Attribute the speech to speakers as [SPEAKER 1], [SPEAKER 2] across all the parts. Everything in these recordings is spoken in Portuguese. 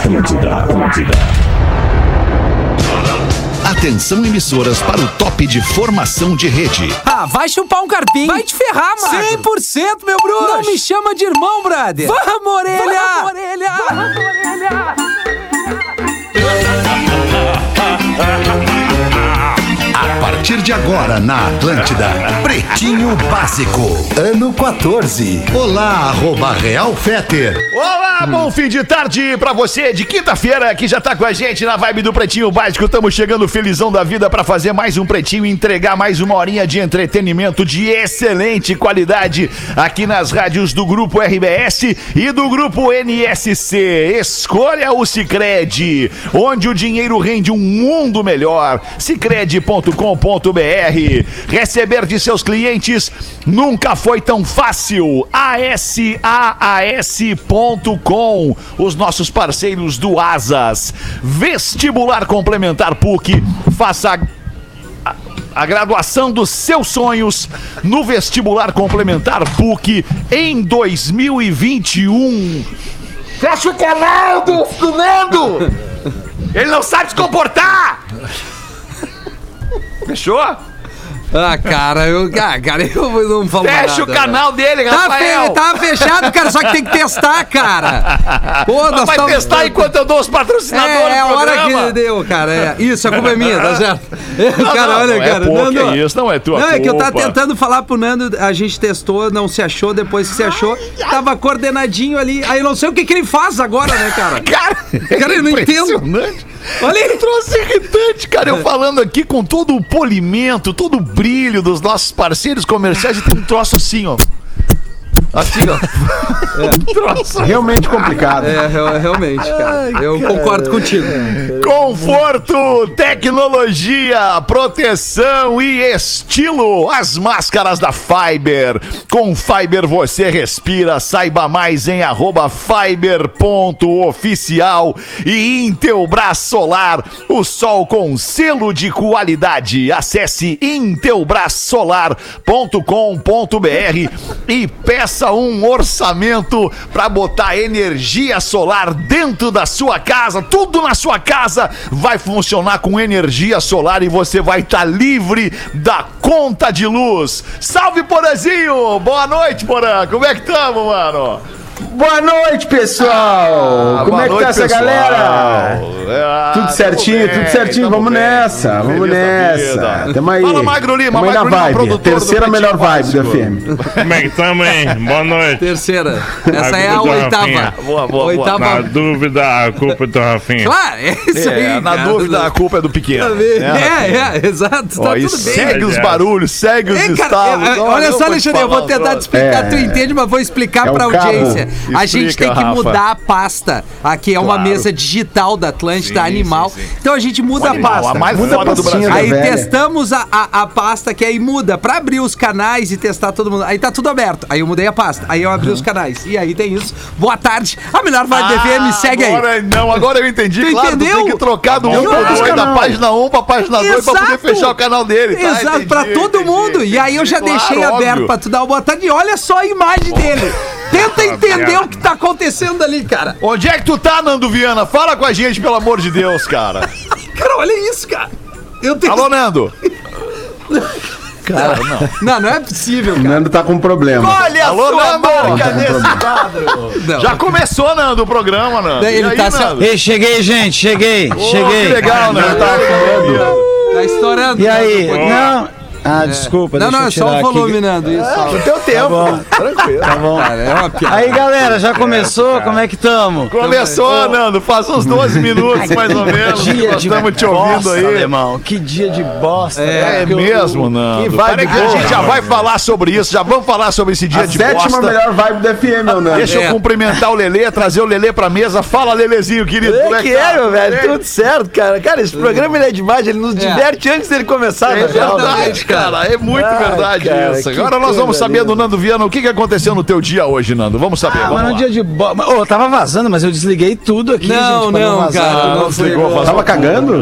[SPEAKER 1] Atlântida, Atlântida.
[SPEAKER 2] Atenção emissoras para o top de formação de rede.
[SPEAKER 3] Ah, vai chupar um carpinho. Vai te ferrar, mano.
[SPEAKER 4] 100%, meu bruxo.
[SPEAKER 3] Não me chama de irmão, brother.
[SPEAKER 4] Vamos, orelha.
[SPEAKER 3] Vamos, orelha. Vamos, orelha.
[SPEAKER 2] A partir de agora na Atlântida, Pretinho Básico, ano 14. Olá, arroba Real Feter. Hum.
[SPEAKER 5] Olá, bom fim de tarde pra você de quinta-feira que já tá com a gente na vibe do Pretinho Básico. Estamos chegando felizão da vida pra fazer mais um Pretinho e entregar mais uma horinha de entretenimento de excelente qualidade aqui nas rádios do Grupo RBS e do Grupo NSC. Escolha é o Cicred, onde o dinheiro rende um mundo melhor. Cicred.com.br. Receber de seus clientes nunca foi tão fácil. ASAAS.com com os nossos parceiros do Asas. Vestibular complementar PUC, faça a- a- a graduação dos seus sonhos no vestibular complementar PUC em 2021. Fecha o canal do do Nando! Ele não sabe se comportar! Fechou?
[SPEAKER 3] Ah, cara, eu, ah, cara, eu não falo mais
[SPEAKER 5] Fecha
[SPEAKER 3] nada,
[SPEAKER 5] o canal dele,
[SPEAKER 3] velho. Tá,
[SPEAKER 5] Rafael!
[SPEAKER 3] fe, tá fechado, cara, só que tem que testar, cara. Pô, nós
[SPEAKER 5] Vai
[SPEAKER 3] tamo-
[SPEAKER 5] testar enquanto eu dou os patrocinadores
[SPEAKER 3] É, é a
[SPEAKER 5] do
[SPEAKER 3] hora
[SPEAKER 5] programa.
[SPEAKER 3] que deu, cara. é. Isso, a culpa é minha, tá certo?
[SPEAKER 5] Não,
[SPEAKER 3] cara,
[SPEAKER 5] não, não
[SPEAKER 3] olha,
[SPEAKER 5] é
[SPEAKER 3] cara.
[SPEAKER 5] pô, que é isso, não é tua
[SPEAKER 3] Não, é que eu tava
[SPEAKER 5] culpa.
[SPEAKER 3] tentando falar pro Nando, a gente testou, não se achou, depois que se achou, tava coordenadinho ali. Aí eu não sei o que, que ele faz agora, né, cara?
[SPEAKER 5] Cara,
[SPEAKER 3] Cara, eu não entendo.
[SPEAKER 5] impressionante.
[SPEAKER 3] Olha aí.
[SPEAKER 5] Que troço irritante, cara. Eu falando aqui com todo o polimento, todo o brilho dos nossos parceiros comerciais, e tem um troço assim, ó. Assim, ó. Um troço.
[SPEAKER 4] Realmente complicado.
[SPEAKER 3] É, real- realmente, cara. Eu concordo contigo.
[SPEAKER 5] Conforto, tecnologia, proteção e estilo. As máscaras da Fiber. Com Fiber você respira. Saiba mais em arroba fiber.oficial e Intelbras Solar. O sol com selo de qualidade. Acesse intelbrasolar.com.br e peça um orçamento para botar energia solar dentro da sua casa. Tudo na sua casa vai funcionar com energia solar e você vai estar livre da conta de luz. Salve Porazinho! Boa noite, Porã. Como é que tamo, mano?
[SPEAKER 4] Boa noite, pessoal. Como
[SPEAKER 5] Ah, Boa
[SPEAKER 4] é que
[SPEAKER 5] noite,
[SPEAKER 4] tá essa
[SPEAKER 5] pessoal.
[SPEAKER 4] galera?
[SPEAKER 5] Ah,
[SPEAKER 4] Tudo certinho,
[SPEAKER 5] bem,
[SPEAKER 4] tudo certinho.
[SPEAKER 5] tamo
[SPEAKER 4] Vamos
[SPEAKER 5] bem.
[SPEAKER 4] nessa,
[SPEAKER 5] Feliz
[SPEAKER 4] vamos
[SPEAKER 5] da
[SPEAKER 4] nessa.
[SPEAKER 5] vida.
[SPEAKER 4] Tamo aí.
[SPEAKER 5] Fala, Magro Lima.
[SPEAKER 4] Tamo aí na
[SPEAKER 5] Magro Lima,
[SPEAKER 4] vibe.
[SPEAKER 5] produtor do
[SPEAKER 4] Terceira
[SPEAKER 5] Pretinho
[SPEAKER 4] melhor vibe da
[SPEAKER 5] Básico.
[SPEAKER 4] FM.
[SPEAKER 6] Como é que tamo, hein? Boa noite.
[SPEAKER 3] Terceira. Essa é a
[SPEAKER 6] Agora, Rafinha.
[SPEAKER 3] oitava.
[SPEAKER 5] Boa, boa, boa.
[SPEAKER 6] Na
[SPEAKER 3] Oitava.
[SPEAKER 6] dúvida, a culpa é do Rafinha.
[SPEAKER 3] Tá Claro, é isso
[SPEAKER 5] É,
[SPEAKER 3] aí.
[SPEAKER 5] na
[SPEAKER 3] cara.
[SPEAKER 5] dúvida, a culpa é do pequeno. né?
[SPEAKER 3] É, é, exato.
[SPEAKER 5] Ó,
[SPEAKER 3] Tá
[SPEAKER 5] e
[SPEAKER 3] tudo bem.
[SPEAKER 5] segue os
[SPEAKER 6] Aliás.
[SPEAKER 5] barulhos, segue os
[SPEAKER 3] É, cara,
[SPEAKER 5] estalos.
[SPEAKER 3] é, é,
[SPEAKER 5] Não,
[SPEAKER 3] olha
[SPEAKER 5] eu
[SPEAKER 3] só,
[SPEAKER 5] vou te
[SPEAKER 3] Alexandre, eu
[SPEAKER 5] falar
[SPEAKER 3] vou
[SPEAKER 5] um
[SPEAKER 3] tentar te
[SPEAKER 5] troço.
[SPEAKER 3] explicar,
[SPEAKER 4] É.
[SPEAKER 3] tu entende, mas vou explicar
[SPEAKER 4] É o
[SPEAKER 3] pra
[SPEAKER 4] cabo.
[SPEAKER 3] audiência. a
[SPEAKER 5] um Explica,
[SPEAKER 3] gente tem que
[SPEAKER 5] Rafa.
[SPEAKER 3] mudar a pasta. Aqui é uma mesa digital da Atlântida,
[SPEAKER 6] Sim,
[SPEAKER 3] animal.
[SPEAKER 6] sim, sim.
[SPEAKER 3] Então a gente muda a
[SPEAKER 5] Animal,
[SPEAKER 3] pasta.
[SPEAKER 5] a mais
[SPEAKER 4] Muda a
[SPEAKER 5] foda do
[SPEAKER 4] pastinha
[SPEAKER 5] Brasil. né?
[SPEAKER 4] da
[SPEAKER 3] Aí
[SPEAKER 4] velha.
[SPEAKER 3] testamos a, a, a pasta que aí muda pra abrir os canais e testar todo mundo. Aí tá tudo aberto. Aí eu mudei a pasta. Aí eu abri os canais. E aí tem isso. Boa tarde. A melhor vibe da FM segue aí.
[SPEAKER 5] Ah, agora, Não, agora eu entendi.
[SPEAKER 3] Tu
[SPEAKER 5] claro,
[SPEAKER 3] entendeu?
[SPEAKER 5] tu tem que trocar do
[SPEAKER 6] Eu
[SPEAKER 5] 1 para
[SPEAKER 6] acho
[SPEAKER 5] 2,
[SPEAKER 6] que
[SPEAKER 5] da
[SPEAKER 4] não.
[SPEAKER 5] página 1 para página 2, para poder fechar o canal dele. tá?
[SPEAKER 3] Exato,
[SPEAKER 5] Entendi,
[SPEAKER 3] pra todo
[SPEAKER 5] entendi,
[SPEAKER 3] mundo. e aí eu
[SPEAKER 5] entendi,
[SPEAKER 3] já
[SPEAKER 5] claro,
[SPEAKER 3] deixei aberto
[SPEAKER 5] óbvio. Ah,
[SPEAKER 3] pra tu dar uma boa tarde. E olha só a imagem dele. Tenta entender
[SPEAKER 6] merda.
[SPEAKER 3] o que tá acontecendo ali, cara.
[SPEAKER 5] Onde é que tu tá, Nando Viana? Fala com a gente, pelo amor de Deus, cara.
[SPEAKER 3] Cara, olha isso, cara. Eu tenho...
[SPEAKER 5] Alô, Nando.
[SPEAKER 3] Não, não é possível,
[SPEAKER 4] O
[SPEAKER 3] cara.
[SPEAKER 4] Nando tá com um problema.
[SPEAKER 5] Olha Alô, Nando.
[SPEAKER 4] Tá com um problema.
[SPEAKER 3] Não.
[SPEAKER 5] Já começou, Nando, o programa, Nando.
[SPEAKER 3] Ele
[SPEAKER 5] E aí,
[SPEAKER 3] tá se-
[SPEAKER 5] Nando?
[SPEAKER 7] Ei, cheguei, gente, cheguei,
[SPEAKER 5] Ô,
[SPEAKER 7] cheguei.
[SPEAKER 5] que legal, né? Nando.
[SPEAKER 4] Nando tá falando.
[SPEAKER 3] Tá estourando.
[SPEAKER 7] E aí?
[SPEAKER 6] Boa.
[SPEAKER 7] Não. Ah, desculpa,
[SPEAKER 3] Não,
[SPEAKER 7] deixa
[SPEAKER 3] não,
[SPEAKER 7] eu
[SPEAKER 3] é
[SPEAKER 5] um
[SPEAKER 7] tirar
[SPEAKER 3] só o volume,
[SPEAKER 5] né?
[SPEAKER 7] aqui.
[SPEAKER 3] Nando. Isso.
[SPEAKER 5] No teu tempo.
[SPEAKER 7] Tá bom.
[SPEAKER 3] Cara, é uma piada.
[SPEAKER 7] Aí, galera, já começou? Como é que tamo?
[SPEAKER 5] Começou, Nando. Faz uns 12 minutos, mais ou menos. que
[SPEAKER 7] Dia
[SPEAKER 5] Nós
[SPEAKER 7] de
[SPEAKER 5] estamos te ouvindo
[SPEAKER 7] bosta,
[SPEAKER 5] aí.
[SPEAKER 7] alemão. Que dia de bosta.
[SPEAKER 5] É,
[SPEAKER 7] cara.
[SPEAKER 5] mesmo, Nando.
[SPEAKER 4] que vibe
[SPEAKER 5] Peraí que a
[SPEAKER 4] boa,
[SPEAKER 5] gente já vai falar sobre isso, já vamos falar sobre esse dia
[SPEAKER 4] A
[SPEAKER 5] de
[SPEAKER 4] sétima
[SPEAKER 7] é
[SPEAKER 5] bosta.
[SPEAKER 4] melhor vibe da FM, meu Nando.
[SPEAKER 5] Deixa
[SPEAKER 3] É.
[SPEAKER 5] eu cumprimentar o Lelê, trazer o Lelê pra mesa. Fala, Lelezinho, querido. como
[SPEAKER 8] É que é,
[SPEAKER 5] tá?
[SPEAKER 8] meu velho. Tudo certo, cara. Cara, esse programa ele é demais. Ele nos
[SPEAKER 3] É.
[SPEAKER 5] É
[SPEAKER 8] diverte antes dele começar, na real, né?
[SPEAKER 3] Exatamente,
[SPEAKER 5] cara. É muito
[SPEAKER 7] Ai,
[SPEAKER 5] verdade
[SPEAKER 7] cara,
[SPEAKER 5] isso.
[SPEAKER 7] que
[SPEAKER 5] Agora nós vamos
[SPEAKER 7] coisa
[SPEAKER 5] saber
[SPEAKER 7] linda.
[SPEAKER 5] do Nando Viana o que, que aconteceu no teu dia hoje, Nando. Vamos saber.
[SPEAKER 7] Ah,
[SPEAKER 5] vamos
[SPEAKER 7] mas
[SPEAKER 5] lá.
[SPEAKER 7] no dia de bosta. Ô, tava vazando, mas eu desliguei tudo aqui,
[SPEAKER 3] Não,
[SPEAKER 7] gente, pra
[SPEAKER 3] não,
[SPEAKER 7] vazar.
[SPEAKER 3] cara, não
[SPEAKER 5] desligou, vazou.
[SPEAKER 4] Tava cagando?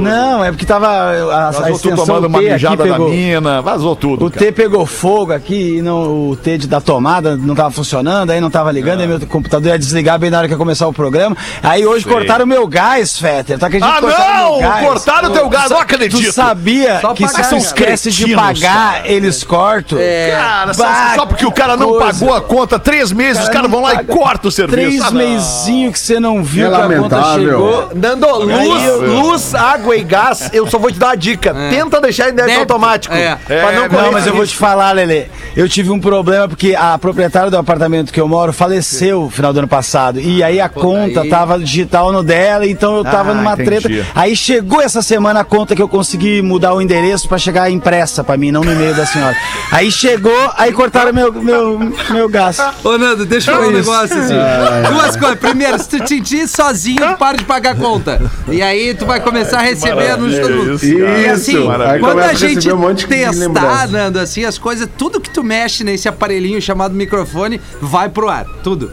[SPEAKER 7] Não, é porque tava. A, a
[SPEAKER 5] Vazou tu
[SPEAKER 7] extensão
[SPEAKER 5] tomando uma
[SPEAKER 7] T aqui
[SPEAKER 5] mijada da
[SPEAKER 7] pegou-
[SPEAKER 5] mina. Vazou tudo.
[SPEAKER 7] O
[SPEAKER 5] cara.
[SPEAKER 7] T pegou fogo aqui, e não, o T de- da tomada não tava funcionando, aí não tava ligando,
[SPEAKER 5] Ah.
[SPEAKER 7] aí meu computador ia desligar bem na hora que ia começar o programa. Aí hoje cortaram o meu gás, Fetter. Tá acreditando
[SPEAKER 5] Ah,
[SPEAKER 7] que cortaram
[SPEAKER 5] não!
[SPEAKER 7] meu gás?
[SPEAKER 5] Cortaram o teu gás, não acredito.
[SPEAKER 7] Tu sabia
[SPEAKER 3] Só
[SPEAKER 7] que se
[SPEAKER 3] pagaram.
[SPEAKER 7] tu esquece de
[SPEAKER 5] Cretinos,
[SPEAKER 7] pagar, eles cortam?
[SPEAKER 3] é-
[SPEAKER 5] Cara, só,
[SPEAKER 7] Bah,
[SPEAKER 5] só porque o cara não
[SPEAKER 7] coisa.
[SPEAKER 5] pagou a conta três meses, os caras
[SPEAKER 7] não
[SPEAKER 5] vão lá e
[SPEAKER 7] paga.
[SPEAKER 5] cortam o
[SPEAKER 7] Três
[SPEAKER 5] serviço. Ah, não.
[SPEAKER 7] mesezinhos que você não viu
[SPEAKER 4] É
[SPEAKER 7] que a conta
[SPEAKER 4] lamentável.
[SPEAKER 7] chegou.
[SPEAKER 1] Nando, luz,
[SPEAKER 7] eu-
[SPEAKER 1] luz, água e gás, eu só vou te dar a dica. Tenta deixar em débito
[SPEAKER 3] É. Débito,
[SPEAKER 1] automático.
[SPEAKER 3] é.
[SPEAKER 1] Pra
[SPEAKER 5] É,
[SPEAKER 1] não correr
[SPEAKER 7] Não, mas eu vou te falar, Lele. Eu tive um problema porque a proprietária do apartamento que eu moro faleceu no final do ano passado. E aí a conta
[SPEAKER 3] aí.
[SPEAKER 7] tava digital no dela, então eu tava
[SPEAKER 5] Ah,
[SPEAKER 7] numa
[SPEAKER 5] entendi.
[SPEAKER 7] treta. Aí chegou essa semana a conta que eu consegui mudar o endereço pra chegar impressa pra mim, não no e-mail da senhora. Aí chegou, aí cortaram meu, meu, meu gás.
[SPEAKER 3] Ô, Nando, deixa eu falar um negócio assim.
[SPEAKER 1] É.
[SPEAKER 3] Duas coisas. Primeiro, se tu te sentir sozinho, para de pagar a conta. E aí tu vai começar a
[SPEAKER 5] É,
[SPEAKER 3] receber no
[SPEAKER 5] maravilha isso,
[SPEAKER 3] E
[SPEAKER 5] cara.
[SPEAKER 3] assim,
[SPEAKER 4] Isso, maravilha.
[SPEAKER 3] quando
[SPEAKER 4] Aí
[SPEAKER 3] a
[SPEAKER 4] começa a
[SPEAKER 3] gente
[SPEAKER 4] receber um monte de
[SPEAKER 3] testar,
[SPEAKER 4] lembrança.
[SPEAKER 3] Nando, assim, as coisas, tudo que tu mexe nesse aparelhinho chamado microfone, vai pro ar. Tudo.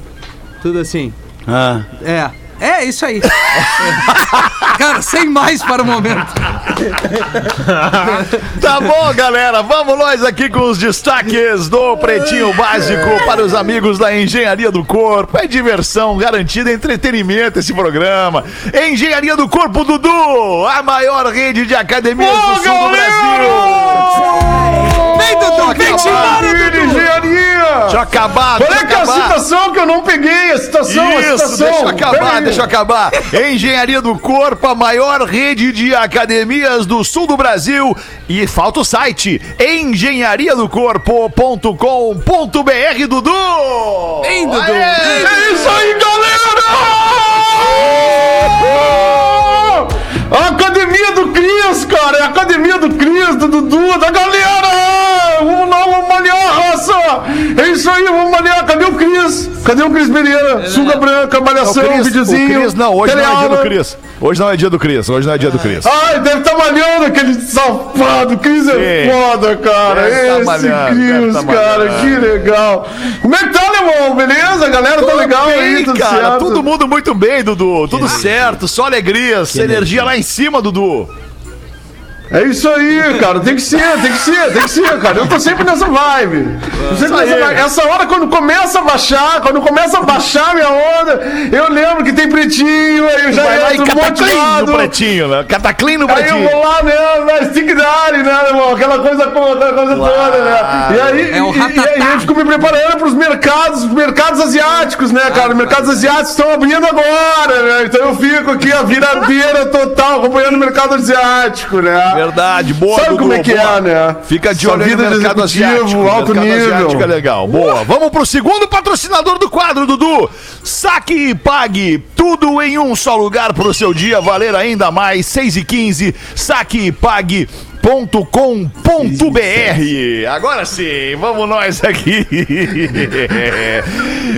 [SPEAKER 3] Tudo assim.
[SPEAKER 7] Ah.
[SPEAKER 3] É. É isso aí. Cara, sem mais para o momento.
[SPEAKER 5] Tá bom, galera. Vamos nós aqui com os destaques do Pretinho Básico para os amigos da Engenharia do Corpo. É diversão garantida, entretenimento esse programa. Engenharia do Corpo Dudu, a maior rede de academias do sul do Brasil.
[SPEAKER 3] Vem, Dudu, vem,
[SPEAKER 5] acabado.
[SPEAKER 3] Timbara, Dudu.
[SPEAKER 4] Engenharia!
[SPEAKER 5] Deixa eu acabar, deixa
[SPEAKER 4] Olha
[SPEAKER 5] eu
[SPEAKER 4] que é a
[SPEAKER 5] acabar.
[SPEAKER 4] citação que eu não peguei, a citação, a
[SPEAKER 5] Isso,
[SPEAKER 4] citação.
[SPEAKER 5] deixa eu acabar,
[SPEAKER 4] Peraí.
[SPEAKER 5] deixa eu acabar. Engenharia do Corpo, a maior rede de academias do sul do Brasil. E falta o site, engenhariadocorpo.com.br, Dudu!
[SPEAKER 3] Vem, Dudu.
[SPEAKER 5] Aê,
[SPEAKER 3] Vem,
[SPEAKER 5] é
[SPEAKER 3] Dudu.
[SPEAKER 5] isso aí, galera!
[SPEAKER 4] A academia do Cris, cara! É a academia do Cris, do Dudu, da galera! Vamos lá, vamos malhar, raça! É isso aí, vamos malhar! Cadê o Cris? Cadê o Cris Pereira? Sunga branca,
[SPEAKER 5] é. O
[SPEAKER 4] malhação,
[SPEAKER 5] Cris,
[SPEAKER 4] É videozinho.
[SPEAKER 5] o Cris não, hoje não é dia
[SPEAKER 4] teleaula.
[SPEAKER 5] do Cris. Hoje não é dia do Cris, hoje não é dia do Cris.
[SPEAKER 4] Ai, deve estar tá malhando aquele safado. Cris é
[SPEAKER 5] Sim.
[SPEAKER 4] foda, cara.
[SPEAKER 5] Deve tá
[SPEAKER 4] Esse
[SPEAKER 5] malhando, deve
[SPEAKER 4] Cris,
[SPEAKER 5] tá
[SPEAKER 4] cara,
[SPEAKER 5] malhando.
[SPEAKER 4] que legal. Como é que tá, Leão? Beleza? A galera tá
[SPEAKER 5] Tudo
[SPEAKER 4] legal
[SPEAKER 5] bem,
[SPEAKER 4] aí, tudo
[SPEAKER 5] cara.
[SPEAKER 4] certo?
[SPEAKER 5] Todo mundo muito bem, Dudu. Tudo certo, só alegrias, energia lá em cima, Dudu.
[SPEAKER 4] É isso aí, cara. Tem que ser, tem que ser, tem que ser, cara. Eu tô sempre nessa vibe. Eu sempre nessa vibe. Essa hora, quando começa a baixar, quando começa a baixar a minha onda, eu lembro que tem pretinho, aí eu já
[SPEAKER 5] Vai lá e
[SPEAKER 4] entro
[SPEAKER 5] cataclim no
[SPEAKER 4] motivado.
[SPEAKER 5] pretinho, né? Cataclim no
[SPEAKER 4] Aí eu vou
[SPEAKER 5] pretinho.
[SPEAKER 4] lá, né? Mas tem que dar, né, irmão? Aquela coisa, co- aquela coisa toda, né? E aí,
[SPEAKER 3] É o
[SPEAKER 5] um
[SPEAKER 4] e- e,
[SPEAKER 3] ratatá.
[SPEAKER 4] aí eu fico me preparando pros mercados, mercados asiáticos, né,
[SPEAKER 5] Ah,
[SPEAKER 4] cara?
[SPEAKER 5] tá.
[SPEAKER 4] mercados asiáticos estão abrindo agora, né? Então eu fico aqui a viradeira total acompanhando o mercado asiático, né?
[SPEAKER 5] Verdade, boa.
[SPEAKER 4] Sabe
[SPEAKER 5] Dudu,
[SPEAKER 4] como é que
[SPEAKER 5] boa.
[SPEAKER 4] é, né?
[SPEAKER 5] Fica de
[SPEAKER 4] Sua
[SPEAKER 5] olho aí no
[SPEAKER 4] vida de
[SPEAKER 5] mercado
[SPEAKER 4] executivo,
[SPEAKER 5] asiático.
[SPEAKER 4] alto
[SPEAKER 5] mercado
[SPEAKER 4] nível.
[SPEAKER 5] asiático é legal. Boa. Vamos pro segundo patrocinador do quadro, Dudu. Saque e pague. Tudo em um só lugar pro seu dia valer ainda mais. 6 e 15 Saque e pague. Agora sim, vamos nós aqui.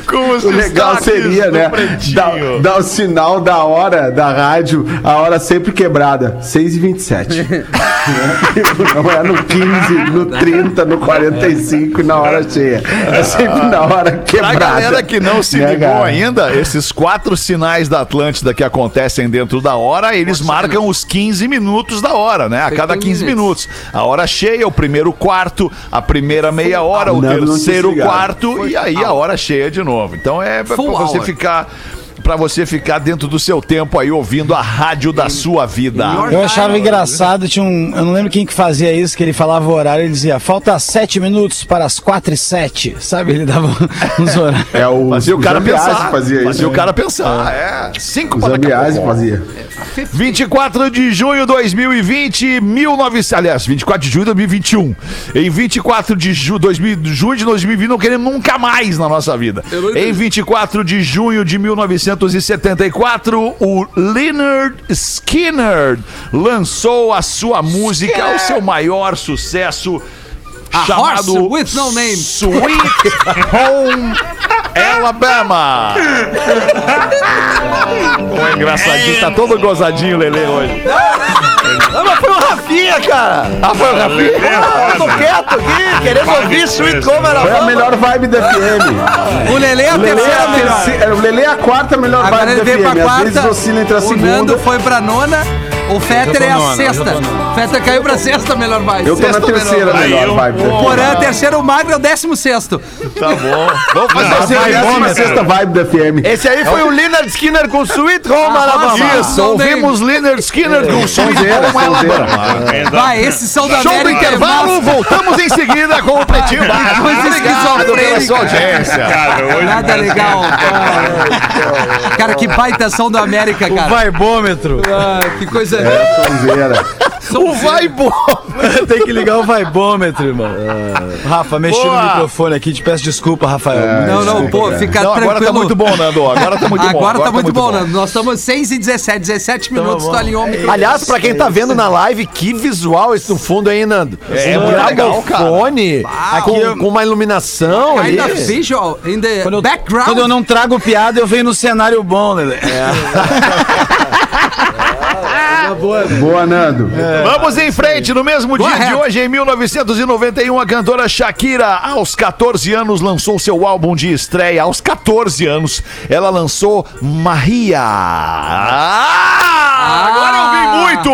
[SPEAKER 5] Com os
[SPEAKER 4] O legal
[SPEAKER 5] destaques
[SPEAKER 4] seria,
[SPEAKER 5] do
[SPEAKER 4] né?
[SPEAKER 5] Pretinho.
[SPEAKER 4] Dar, dar o sinal da hora da rádio, a hora sempre quebrada, 6h27. Não é no 15, no 30, no 45, na hora cheia. É sempre na hora
[SPEAKER 5] Pra
[SPEAKER 4] quebrada.
[SPEAKER 5] galera que não se
[SPEAKER 4] Né,
[SPEAKER 5] ligou
[SPEAKER 4] cara?
[SPEAKER 5] ainda, esses quatro sinais da Atlântida que acontecem dentro da hora, eles marcam os 15 minutos da hora, né? A cada 15 minutos. A hora cheia, o primeiro quarto, a primeira meia hora, o
[SPEAKER 4] Não, não tinha
[SPEAKER 5] terceiro
[SPEAKER 4] se ligado.
[SPEAKER 5] quarto e aí a hora cheia de novo. Então é pra pra
[SPEAKER 3] Full
[SPEAKER 5] você
[SPEAKER 3] hour.
[SPEAKER 5] ficar pra você ficar dentro do seu tempo aí ouvindo a rádio da sua vida.
[SPEAKER 7] Eu achava engraçado, tinha um. Eu não lembro quem que fazia isso, que ele falava o horário, ele dizia, falta sete minutos para as quatro e sete. Sabe? Ele dava uns horários.
[SPEAKER 4] É o,
[SPEAKER 5] Fazia o cara
[SPEAKER 4] Zambiase
[SPEAKER 5] pensar.
[SPEAKER 4] Fazia isso. né?
[SPEAKER 5] Fazia o cara pensar. É. Cinco
[SPEAKER 4] O
[SPEAKER 5] para daqui a
[SPEAKER 4] Zambiase
[SPEAKER 5] pouco.
[SPEAKER 4] fazia.
[SPEAKER 5] 24 de junho de 2020, 1900, aliás, 24 de junho de 2021. Em 24 de ju, 2000, junho de 2020, não queremos nunca mais na nossa vida. Em 24 de junho de 1974, o Leonard Skinner lançou a sua música, o seu maior sucesso.
[SPEAKER 3] A
[SPEAKER 5] chamado
[SPEAKER 3] Horse with No Name.
[SPEAKER 5] Sweet Home Alabama. Ô, engraçadinho, tá todo gozadinho, Lele, hoje.
[SPEAKER 1] É. Ah, mas foi um Rafinha, cara. Ah, foi o Rafinha? Ah, Eu tô quieto aqui, querendo ouvir Sweet Comer
[SPEAKER 4] Foi é a melhor vibe da FM.
[SPEAKER 3] O Lelê é a
[SPEAKER 4] O Lelê é
[SPEAKER 3] terceira
[SPEAKER 4] a
[SPEAKER 3] melhor.
[SPEAKER 4] terceira- o Lelê é a quarta melhor
[SPEAKER 3] Agora ele
[SPEAKER 4] vibe da
[SPEAKER 3] veio pra
[SPEAKER 4] FM. Às
[SPEAKER 3] quarta.
[SPEAKER 4] vezes oscila entre a
[SPEAKER 3] o
[SPEAKER 4] segunda.
[SPEAKER 3] Nando foi pra nona. O Fetter é a sexta. O Fetter caiu pra sexta, melhor vai.
[SPEAKER 4] Eu tô na
[SPEAKER 5] é
[SPEAKER 3] Sexta, melhor
[SPEAKER 4] terceira
[SPEAKER 3] vai.
[SPEAKER 4] melhor
[SPEAKER 6] eu-
[SPEAKER 4] vibe. da FM.
[SPEAKER 3] Porã, terceiro, o Magro é o décimo sexto.
[SPEAKER 5] Tá bom. Vamos
[SPEAKER 1] Ah,
[SPEAKER 5] fazer
[SPEAKER 4] Essa
[SPEAKER 5] assim.
[SPEAKER 4] é a décima
[SPEAKER 6] bom,
[SPEAKER 4] sexta vibe da FM.
[SPEAKER 1] né, Esse aí foi o Leonard Skinner com Sweet Home
[SPEAKER 3] Ah,
[SPEAKER 1] Alabama.
[SPEAKER 3] isso.
[SPEAKER 5] Isso, ouvimos Leonard Skinner com Sweet
[SPEAKER 4] sonzeira,
[SPEAKER 1] é
[SPEAKER 5] Home
[SPEAKER 4] sonzeira.
[SPEAKER 5] Alabama.
[SPEAKER 3] Vai, esses são da
[SPEAKER 5] Show do
[SPEAKER 3] América, é
[SPEAKER 5] intervalo,
[SPEAKER 3] mas-
[SPEAKER 5] voltamos em seguida com o Pretinho Básico.
[SPEAKER 3] Coisa
[SPEAKER 5] Obrigado pela
[SPEAKER 3] esquizofrênica.
[SPEAKER 5] sua audiência.
[SPEAKER 6] Cara, hoje
[SPEAKER 3] Nada
[SPEAKER 6] parece-
[SPEAKER 3] legal. Ah, Cara, que baita são do América, cara.
[SPEAKER 7] Vaibômetro.
[SPEAKER 3] Ah, que coisa
[SPEAKER 4] é. Sonzeira.
[SPEAKER 5] O vai bom.
[SPEAKER 7] Tem que ligar o vaibômetro, irmão. Ah, Rafa, mexi
[SPEAKER 5] Boa.
[SPEAKER 7] no microfone aqui, te peço desculpa, Rafael.
[SPEAKER 4] É,
[SPEAKER 3] Não, não, pô, fica
[SPEAKER 5] Não,
[SPEAKER 3] tranquilo.
[SPEAKER 5] agora tá muito bom, Nando. Agora tá muito bom.
[SPEAKER 3] Agora tá muito bom, Nando. Nós estamos 6 e 17, 17 minutos
[SPEAKER 7] bom.
[SPEAKER 3] do Aliômetro.
[SPEAKER 1] Aliás, pra quem tá vendo na live, que visual esse no fundo aí, Nando.
[SPEAKER 5] É,
[SPEAKER 1] um
[SPEAKER 5] muito legal, cara. Ah,
[SPEAKER 1] gramofone com,
[SPEAKER 7] Aqui eu-
[SPEAKER 1] com uma
[SPEAKER 5] É,
[SPEAKER 1] iluminação ali.
[SPEAKER 3] Kind
[SPEAKER 5] assim,
[SPEAKER 3] of visual in the
[SPEAKER 7] Quando eu,
[SPEAKER 3] background.
[SPEAKER 7] quando eu não trago piada, eu venho no cenário bom, né, Lelê.
[SPEAKER 4] Boa, Nando.
[SPEAKER 1] É.
[SPEAKER 5] Vamos em frente. No mesmo dia
[SPEAKER 3] ahead.
[SPEAKER 5] de hoje, em 1991, a cantora Shakira, aos 14 anos, lançou seu álbum de estreia. Aos 14 anos, ela lançou Maria. Ah, agora eu vi muito!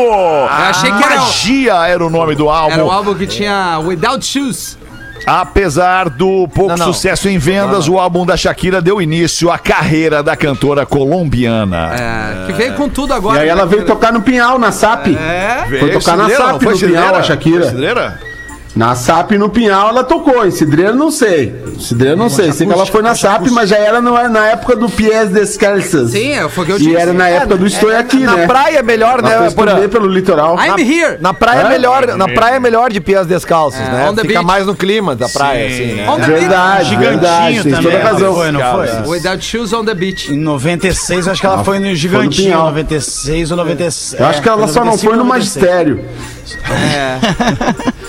[SPEAKER 3] achei que era o-
[SPEAKER 5] Magia era o, nome do álbum.
[SPEAKER 3] Era um álbum que tinha Without Shoes.
[SPEAKER 5] Apesar do pouco sucesso em vendas, o álbum da Shakira deu início à carreira da cantora colombiana.
[SPEAKER 3] É, que veio com tudo
[SPEAKER 4] E
[SPEAKER 3] agora.
[SPEAKER 4] aí
[SPEAKER 3] né,
[SPEAKER 4] ela veio
[SPEAKER 3] cara?
[SPEAKER 4] tocar no Pinhal, na SAP.
[SPEAKER 3] É.
[SPEAKER 4] Foi tocar na
[SPEAKER 5] Cidreira,
[SPEAKER 4] SAP
[SPEAKER 5] foi
[SPEAKER 4] no Pinhal,
[SPEAKER 5] Cidreira?
[SPEAKER 4] a
[SPEAKER 5] Foi
[SPEAKER 4] Shakira.
[SPEAKER 5] Cidreira?
[SPEAKER 4] Na SAP e no Pinhal ela tocou. Em Cidreira não sei. Cidreira não sei. Sei que ela foi na SAP, mas já era no- na época do Pies Descalças.
[SPEAKER 3] Sim, é, foi o que eu
[SPEAKER 4] E
[SPEAKER 3] disse.
[SPEAKER 4] era na época do Estou Aqui,
[SPEAKER 1] na
[SPEAKER 4] né?
[SPEAKER 1] praia é melhor,
[SPEAKER 4] Ela
[SPEAKER 1] né,
[SPEAKER 4] fez
[SPEAKER 1] Porã?
[SPEAKER 4] turnê pelo litoral.
[SPEAKER 3] I'm here.
[SPEAKER 1] Na praia é
[SPEAKER 4] É?
[SPEAKER 1] melhor, na praia é melhor de pias descalças,
[SPEAKER 3] É,
[SPEAKER 1] né?
[SPEAKER 3] on the
[SPEAKER 1] Fica
[SPEAKER 3] beach.
[SPEAKER 1] mais no clima da praia, assim,
[SPEAKER 5] É.
[SPEAKER 1] né?
[SPEAKER 3] On the
[SPEAKER 4] Verdade, É verdade. Tem toda a razão.
[SPEAKER 7] Não né? foi, não foi?
[SPEAKER 3] beach. Without Shoes on the Beach.
[SPEAKER 7] Em 96, eu acho que ela foi no Gigantinho.
[SPEAKER 4] Pinhal.
[SPEAKER 7] 96 ou 97.
[SPEAKER 4] Eu acho
[SPEAKER 7] É,
[SPEAKER 4] que ela só não foi no
[SPEAKER 7] 96.
[SPEAKER 4] magistério.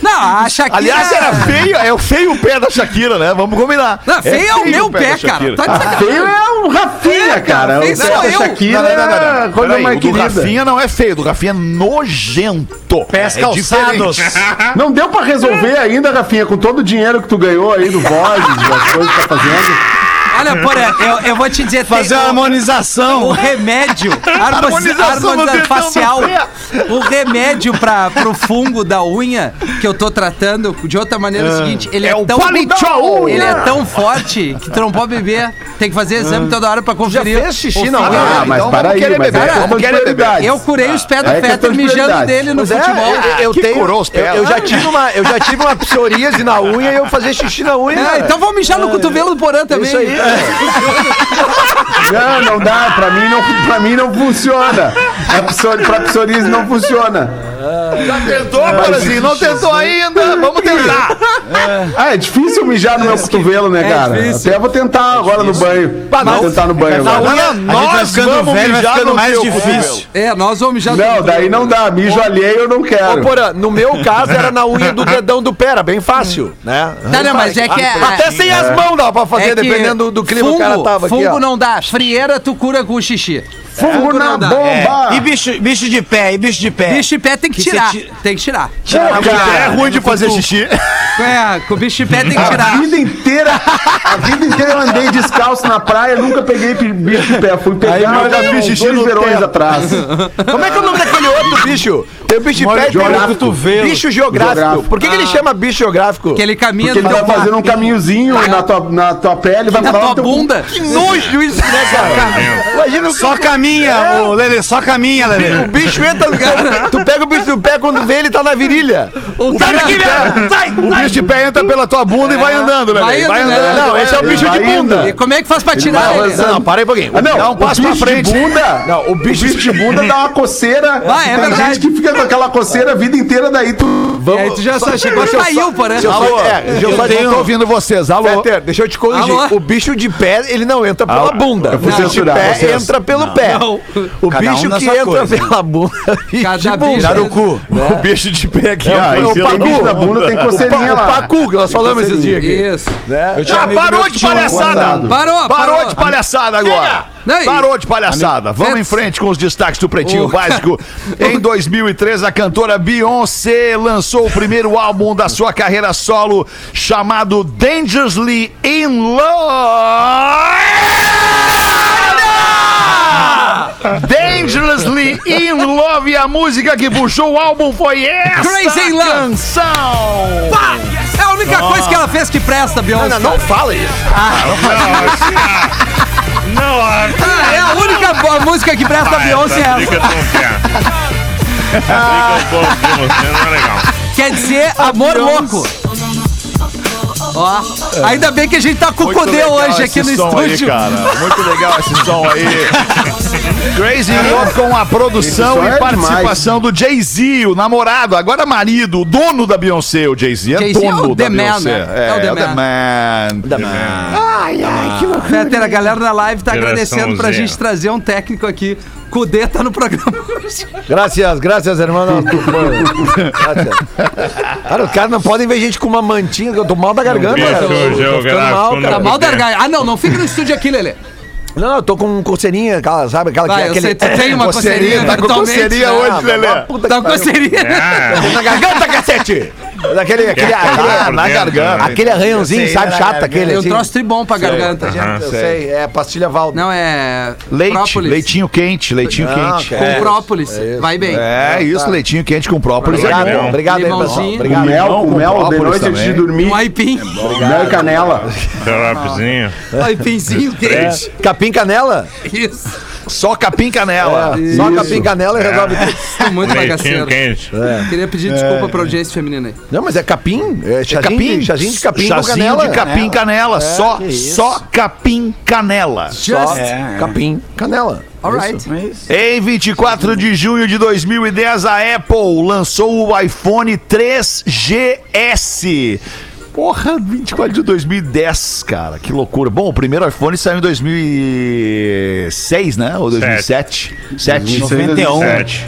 [SPEAKER 3] Não, a Shakira...
[SPEAKER 5] Aliás, era feio, é o feio pé da Shakira, né? Vamos combinar.
[SPEAKER 3] Não, feio é, o
[SPEAKER 5] feio
[SPEAKER 3] meu pé,
[SPEAKER 5] da
[SPEAKER 3] cara.
[SPEAKER 5] Shakira.
[SPEAKER 3] Tá de sacanagem.
[SPEAKER 4] Feio é o Rafinha,
[SPEAKER 3] É, cara,
[SPEAKER 4] cara. O
[SPEAKER 3] feio sou
[SPEAKER 4] pé da
[SPEAKER 5] Não,
[SPEAKER 3] eu.
[SPEAKER 4] Shakira
[SPEAKER 5] não, não, não,
[SPEAKER 4] é
[SPEAKER 5] não.
[SPEAKER 4] a coisa
[SPEAKER 5] Peraí,
[SPEAKER 4] mais
[SPEAKER 5] o do
[SPEAKER 4] querida.
[SPEAKER 5] Rafinha não é feio, o do Rafinha é nojento.
[SPEAKER 7] Pés
[SPEAKER 5] é
[SPEAKER 7] calçados.
[SPEAKER 5] diferente.
[SPEAKER 4] Não deu pra resolver ainda, Rafinha, com todo o dinheiro que tu ganhou aí do Vozes, das coisas que tá fazendo.
[SPEAKER 3] Olha, porra, eu, eu vou te dizer... tem-
[SPEAKER 7] Fazer uma harmonização.
[SPEAKER 3] O remédio, harmonização,
[SPEAKER 5] Harmonização no dedão do
[SPEAKER 3] facial,
[SPEAKER 5] pé.
[SPEAKER 3] o remédio para pro fungo da unha que eu tô tratando de outra maneira é o seguinte, ele é,
[SPEAKER 5] É o
[SPEAKER 3] tão
[SPEAKER 5] palitó.
[SPEAKER 3] ele é tão forte que tu não pode beber, tem que fazer exame toda hora para conferir.
[SPEAKER 1] fez xixi
[SPEAKER 3] o
[SPEAKER 1] na
[SPEAKER 3] fungo.
[SPEAKER 1] unha?
[SPEAKER 4] Ah,
[SPEAKER 5] então
[SPEAKER 4] mas
[SPEAKER 5] vamos
[SPEAKER 4] para aí,
[SPEAKER 5] querer
[SPEAKER 4] mas
[SPEAKER 5] beber,
[SPEAKER 4] é
[SPEAKER 5] vamos
[SPEAKER 4] questão de
[SPEAKER 5] querer beber.
[SPEAKER 4] prioridades.
[SPEAKER 3] Eu
[SPEAKER 1] tá.
[SPEAKER 3] curei os pés do
[SPEAKER 4] É questão
[SPEAKER 3] Fetter
[SPEAKER 4] de
[SPEAKER 3] mijando
[SPEAKER 4] prioridade.
[SPEAKER 3] dele no
[SPEAKER 1] Mas é,
[SPEAKER 3] futebol.
[SPEAKER 1] eu- eu
[SPEAKER 5] Que
[SPEAKER 1] tenho-
[SPEAKER 5] curou os
[SPEAKER 1] eu-
[SPEAKER 5] pés.
[SPEAKER 1] eu já tive uma, eu já tive uma psoríase na unha e eu fazia xixi na unha.
[SPEAKER 3] É,
[SPEAKER 1] cara.
[SPEAKER 3] então vou mijar no cotovelo do Porã também.
[SPEAKER 1] isso aí.
[SPEAKER 4] Não, não dá, pra mim não, pra mim não funciona. A psor, pra psoríase não funciona.
[SPEAKER 5] Já tentou,
[SPEAKER 1] É,
[SPEAKER 5] Brasil? Não tentou ainda? Vamos tentar.
[SPEAKER 4] Ah, é difícil mijar no meu cotovelo, né, cara?
[SPEAKER 3] difícil.
[SPEAKER 4] Até vou tentar agora no banho. Vou tentar no banho
[SPEAKER 7] A
[SPEAKER 4] agora.
[SPEAKER 7] gente vai ficando velho, vai ficando mais difícil.
[SPEAKER 3] É, nós vamos mijar no
[SPEAKER 4] Não,
[SPEAKER 3] cotovelo.
[SPEAKER 4] daí não dá. Mijo alheio eu não
[SPEAKER 1] Ô,
[SPEAKER 4] quero.
[SPEAKER 1] Porã, no meu caso era na unha do dedão do pé, era bem fácil, né?
[SPEAKER 3] Tá, não, mas é que é-
[SPEAKER 1] Até sem as mãos dava pra fazer,
[SPEAKER 3] É que
[SPEAKER 1] dependendo do, do clima
[SPEAKER 3] fungo,
[SPEAKER 1] que o cara tava aqui.
[SPEAKER 3] fungo
[SPEAKER 1] ó. É.
[SPEAKER 3] não dá, frieira tu cura com o xixi.
[SPEAKER 4] Fungo na
[SPEAKER 3] não dá.
[SPEAKER 4] bomba!
[SPEAKER 7] É. E bicho, bicho de pé, e bicho de pé.
[SPEAKER 3] Bicho de pé tem que
[SPEAKER 7] Que
[SPEAKER 3] tirar,
[SPEAKER 7] você tira-
[SPEAKER 3] tem que tirar.
[SPEAKER 4] Pô,
[SPEAKER 5] É
[SPEAKER 4] cara,
[SPEAKER 5] ruim de fazer xixi.
[SPEAKER 3] É, com o bicho de pé tem
[SPEAKER 1] Ah,
[SPEAKER 3] que
[SPEAKER 4] a
[SPEAKER 3] tirar.
[SPEAKER 4] vida inteira, a vida inteira eu andei descalço na praia, nunca peguei pi- bicho de pé. Fui
[SPEAKER 5] Aí,
[SPEAKER 4] pegar
[SPEAKER 5] meu, já
[SPEAKER 4] há
[SPEAKER 5] fiz
[SPEAKER 4] uns
[SPEAKER 5] xixi
[SPEAKER 4] dois
[SPEAKER 5] no
[SPEAKER 4] verões
[SPEAKER 5] teto.
[SPEAKER 4] atrás.
[SPEAKER 1] Como é que é o nome daquele outro bicho? Tem o bicho de pé e tem o
[SPEAKER 4] geográfico.
[SPEAKER 1] cotovelo. Bicho geográfico.
[SPEAKER 4] Geográfico.
[SPEAKER 1] Por que, que ele chama bicho geográfico?
[SPEAKER 3] Que ele caminha
[SPEAKER 4] Porque ele
[SPEAKER 3] no
[SPEAKER 4] tá
[SPEAKER 3] teu
[SPEAKER 4] fazendo um caminhozinho na tua, na tua pele, vai
[SPEAKER 3] na
[SPEAKER 4] parar
[SPEAKER 3] tua
[SPEAKER 4] no teu-
[SPEAKER 3] bunda.
[SPEAKER 1] Que um nojo isso, né, cara? Imagina o
[SPEAKER 7] Só caminha,
[SPEAKER 4] É.
[SPEAKER 7] ô, Lelê, só caminha,
[SPEAKER 1] O
[SPEAKER 7] Lelê.
[SPEAKER 1] bicho
[SPEAKER 5] tá
[SPEAKER 1] entra no cara. Tu pega o bicho do pé quando vê ele tá na virilha.
[SPEAKER 3] O cara que
[SPEAKER 5] O bicho de pé entra pela tua bunda e
[SPEAKER 1] É.
[SPEAKER 5] vai andando, né?
[SPEAKER 3] Vai
[SPEAKER 5] velho? Vai
[SPEAKER 3] indo, né?
[SPEAKER 5] andando. Não, esse é o
[SPEAKER 4] Ele
[SPEAKER 5] bicho de
[SPEAKER 4] vai indo.
[SPEAKER 5] bunda.
[SPEAKER 3] E como é que faz pra tirar
[SPEAKER 4] vai
[SPEAKER 3] ele?
[SPEAKER 4] avançando.
[SPEAKER 1] para aí um pouquinho.
[SPEAKER 4] Ah, não,
[SPEAKER 1] Dá
[SPEAKER 4] o
[SPEAKER 1] um passo pra
[SPEAKER 4] bicho
[SPEAKER 1] frente.
[SPEAKER 4] de bunda.
[SPEAKER 1] Não, o bicho,
[SPEAKER 4] O bicho de bunda dá uma coceira.
[SPEAKER 3] Ah, é
[SPEAKER 4] tem
[SPEAKER 3] verdade.
[SPEAKER 4] gente que fica com aquela coceira a vida inteira, daí tu.
[SPEAKER 3] E aí É, tu já só chegou e
[SPEAKER 1] um deixa eu
[SPEAKER 3] saiu,
[SPEAKER 1] só-
[SPEAKER 3] porã.
[SPEAKER 1] deixa eu só-
[SPEAKER 5] Alô,
[SPEAKER 1] é, deixa eu só-
[SPEAKER 5] não tô ouvindo vocês. Alô.
[SPEAKER 1] Peter, deixa eu te corrigir.
[SPEAKER 3] Alô?
[SPEAKER 1] O bicho de pé, ele não entra pela bunda. O
[SPEAKER 4] vou
[SPEAKER 1] bicho de
[SPEAKER 4] censurar
[SPEAKER 1] pé
[SPEAKER 4] vocês.
[SPEAKER 1] entra pelo pé.
[SPEAKER 3] Não.
[SPEAKER 1] O
[SPEAKER 7] Cada um
[SPEAKER 1] bicho
[SPEAKER 7] na
[SPEAKER 1] que
[SPEAKER 7] sua
[SPEAKER 1] entra
[SPEAKER 7] coisa.
[SPEAKER 1] pela bunda. é
[SPEAKER 3] Cada
[SPEAKER 1] de bunda.
[SPEAKER 3] bicho- Cara, o
[SPEAKER 7] cu.
[SPEAKER 5] O bicho de pé aqui. ó,
[SPEAKER 4] Ah, o
[SPEAKER 5] esse é o
[SPEAKER 4] bicho da bunda tem
[SPEAKER 1] O, pa,
[SPEAKER 4] coceirinha
[SPEAKER 1] o
[SPEAKER 4] lá.
[SPEAKER 1] pacu que nós falamos esses dias aqui.
[SPEAKER 3] Isso.
[SPEAKER 7] Eu tinha
[SPEAKER 5] Ah,
[SPEAKER 7] amigo
[SPEAKER 5] parou
[SPEAKER 7] meu que
[SPEAKER 5] de
[SPEAKER 7] tinha um
[SPEAKER 5] palhaçada.
[SPEAKER 4] guardado.
[SPEAKER 3] Parou,
[SPEAKER 5] Parou de palhaçada agora.
[SPEAKER 3] Não, e-
[SPEAKER 5] Parou de palhaçada. Vamos
[SPEAKER 3] É.
[SPEAKER 5] em frente com os destaques do Pretinho
[SPEAKER 3] O-
[SPEAKER 5] Básico. Em 2003, a cantora Beyoncé lançou o primeiro álbum da sua carreira solo, chamado Dangerously in Love. Dangerously in Love, e a música que puxou o álbum foi essa
[SPEAKER 3] Crazy in Love.
[SPEAKER 5] canção.
[SPEAKER 3] Pá! É a única coisa que ela fez que presta, Beyoncé.
[SPEAKER 1] Não, não fala isso.
[SPEAKER 6] Não, a
[SPEAKER 3] Ah, é a única boa música que presta a Beyoncé é
[SPEAKER 6] essa
[SPEAKER 3] essa.
[SPEAKER 6] dica tão feia.
[SPEAKER 3] Ah.
[SPEAKER 6] Essa dica boa de você não é legal.
[SPEAKER 3] Quer dizer, amor louco. Ó, ainda bem que a gente tá com o
[SPEAKER 5] Muito
[SPEAKER 3] Codê
[SPEAKER 5] legal
[SPEAKER 3] hoje
[SPEAKER 5] esse
[SPEAKER 3] aqui no
[SPEAKER 5] som aí,
[SPEAKER 3] estúdio.
[SPEAKER 5] cara. Muito legal esse som aí. Crazy in Love com a
[SPEAKER 4] Esse
[SPEAKER 5] produção
[SPEAKER 4] som
[SPEAKER 5] e
[SPEAKER 4] é
[SPEAKER 5] participação do Jay-Z, o namorado, agora marido, o dono da Beyoncé, o Jay-Z. É
[SPEAKER 3] Jay-Z é
[SPEAKER 5] dono
[SPEAKER 3] o
[SPEAKER 5] da
[SPEAKER 3] The Man,
[SPEAKER 5] Beyoncé.
[SPEAKER 3] né? É o The Man.
[SPEAKER 5] Man.
[SPEAKER 3] Fetter, a galera na live tá agradecendo pra
[SPEAKER 6] Geraçãozinha.
[SPEAKER 3] gente trazer um técnico aqui. Cudê tá no programa hoje.
[SPEAKER 1] Graças, graças, irmão. Graças. Cara, os caras não podem ver gente com uma mantinha, que eu tô mal da garganta,
[SPEAKER 6] Bicho
[SPEAKER 1] cara. Eu tô ficando
[SPEAKER 6] geográfico,
[SPEAKER 1] mal,
[SPEAKER 6] né?
[SPEAKER 1] cara.
[SPEAKER 3] Tá mal da garganta. Ah, não, não fica no estúdio aqui, Lele.
[SPEAKER 1] Não, eu tô com coceirinha, aquela, sabe? Aquela é
[SPEAKER 3] Vai, eu
[SPEAKER 1] aquele...
[SPEAKER 3] sei, tu tem uma coceirinha,
[SPEAKER 5] Tá com
[SPEAKER 3] eventualmente,
[SPEAKER 5] coceirinha
[SPEAKER 3] né?
[SPEAKER 5] hoje,
[SPEAKER 1] Ah,
[SPEAKER 5] Lelê.
[SPEAKER 1] puta
[SPEAKER 3] Tá
[SPEAKER 1] que
[SPEAKER 3] com
[SPEAKER 1] pariu.
[SPEAKER 3] coceirinha.
[SPEAKER 5] É.
[SPEAKER 6] Ah,
[SPEAKER 1] Na garganta, cacete! Daquele, aquele,
[SPEAKER 3] Tá
[SPEAKER 6] quebrar por
[SPEAKER 1] ah, na
[SPEAKER 6] dentro,
[SPEAKER 1] garganta.
[SPEAKER 6] né?
[SPEAKER 1] Aquele arranhãozinho, sabe? Chato, aquele.
[SPEAKER 3] Eu
[SPEAKER 1] assim.
[SPEAKER 3] trouxe tribom pra garganta.
[SPEAKER 1] Gente, eu sei, é pastilha Valdo.
[SPEAKER 3] Não, é.
[SPEAKER 5] Leite,
[SPEAKER 3] própolis.
[SPEAKER 5] leitinho quente, leitinho
[SPEAKER 1] Não,
[SPEAKER 5] quente.
[SPEAKER 1] cara.
[SPEAKER 3] Com
[SPEAKER 1] É,
[SPEAKER 3] própolis. Vai bem.
[SPEAKER 5] É, isso, leitinho quente com própolis. é
[SPEAKER 1] Obrigado,
[SPEAKER 5] bom.
[SPEAKER 1] obrigado, aí, pessoal.
[SPEAKER 3] Limãozinho.
[SPEAKER 4] O
[SPEAKER 1] Obrigado.
[SPEAKER 4] mel,
[SPEAKER 5] Limão
[SPEAKER 4] o
[SPEAKER 5] com
[SPEAKER 4] mel de
[SPEAKER 5] própolis
[SPEAKER 4] noite é antes
[SPEAKER 5] também.
[SPEAKER 4] de dormir.
[SPEAKER 3] Um
[SPEAKER 5] É
[SPEAKER 3] aipim.
[SPEAKER 4] Mel e canela.
[SPEAKER 6] né? xaropezinho.
[SPEAKER 3] Um aipinzinho quente.
[SPEAKER 1] Capim canela?
[SPEAKER 3] Isso.
[SPEAKER 5] Só capim canela.
[SPEAKER 1] É, Só capim canela e resolve tudo.
[SPEAKER 3] Tô muito
[SPEAKER 6] Leitinho
[SPEAKER 3] bagaceiro.
[SPEAKER 6] quente.
[SPEAKER 3] Queria pedir desculpa pra audiência feminina aí.
[SPEAKER 1] Não, mas é capim? É chazinho,
[SPEAKER 5] Capim,
[SPEAKER 1] de- chazinho de capim com
[SPEAKER 5] chazinho
[SPEAKER 1] canela.
[SPEAKER 5] de capim canela, É. só, só capim canela.
[SPEAKER 1] Só
[SPEAKER 3] Just.
[SPEAKER 7] É.
[SPEAKER 1] Capim, canela.
[SPEAKER 3] Alright.
[SPEAKER 4] É.
[SPEAKER 7] Mas...
[SPEAKER 5] Em 24 de junho de 2010, a Apple lançou o iPhone 3GS. Porra, 24 de 2010, cara, que loucura. Bom, o primeiro iPhone saiu em 2006, né? Ou 2007? 7.
[SPEAKER 7] 91.
[SPEAKER 6] Sete.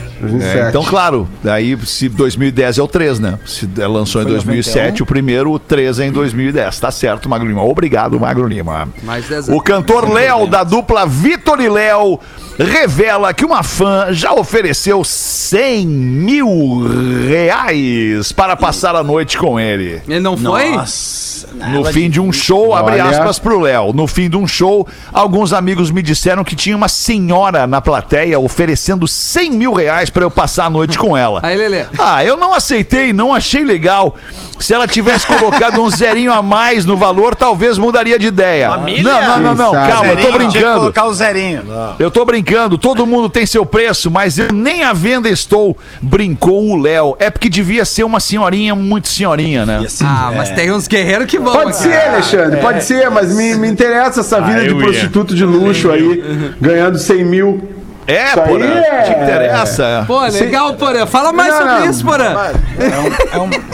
[SPEAKER 5] É, então, claro, aí se 2010 é o 3, né? Se é, lançou em
[SPEAKER 3] um.
[SPEAKER 5] 2007, o primeiro, o 3 é em 2010. Tá certo, Magro Lima. Obrigado, Magro Lima.
[SPEAKER 3] Mais 10
[SPEAKER 5] O
[SPEAKER 3] anos.
[SPEAKER 5] cantor Léo, da dupla Vitor e Léo, revela que uma fã já ofereceu 100 mil reais para passar a noite com ele.
[SPEAKER 3] Ele não foi?
[SPEAKER 7] Nossa.
[SPEAKER 5] No fim de um show, abre
[SPEAKER 4] Olha.
[SPEAKER 5] aspas pro Léo. No fim de um show, alguns amigos me disseram que tinha uma senhora na plateia oferecendo 100 mil reais pra eu passar a noite com ela.
[SPEAKER 3] Aí, Lelê.
[SPEAKER 5] Ah, eu não aceitei, não achei legal. Se ela tivesse colocado um zerinho a mais no valor, talvez mudaria de ideia. Não, não, não, não.
[SPEAKER 4] Quem sabe?
[SPEAKER 5] Calma, eu tô brincando.
[SPEAKER 7] colocar o zerinho. Ah.
[SPEAKER 5] Eu tô brincando, todo mundo tem seu preço, mas eu nem à venda estou. Brincou o Léo. É porque devia ser uma senhorinha muito senhorinha, né?
[SPEAKER 3] Ah, mas tem uns guerreiros que vão.
[SPEAKER 4] Pode
[SPEAKER 3] aqui.
[SPEAKER 4] ser, né? Alexandre, pode ser, mas me, me interessa essa vida
[SPEAKER 6] Ah,
[SPEAKER 4] de
[SPEAKER 6] eu ia.
[SPEAKER 4] prostituto de luxo aí, ganhando 100 mil.
[SPEAKER 5] É,
[SPEAKER 4] aí
[SPEAKER 5] porra.
[SPEAKER 4] é-
[SPEAKER 5] Te interessa.
[SPEAKER 3] Pô, legal, Porã. Fala mais
[SPEAKER 4] Não,
[SPEAKER 3] sobre
[SPEAKER 4] não.
[SPEAKER 3] isso, Porã.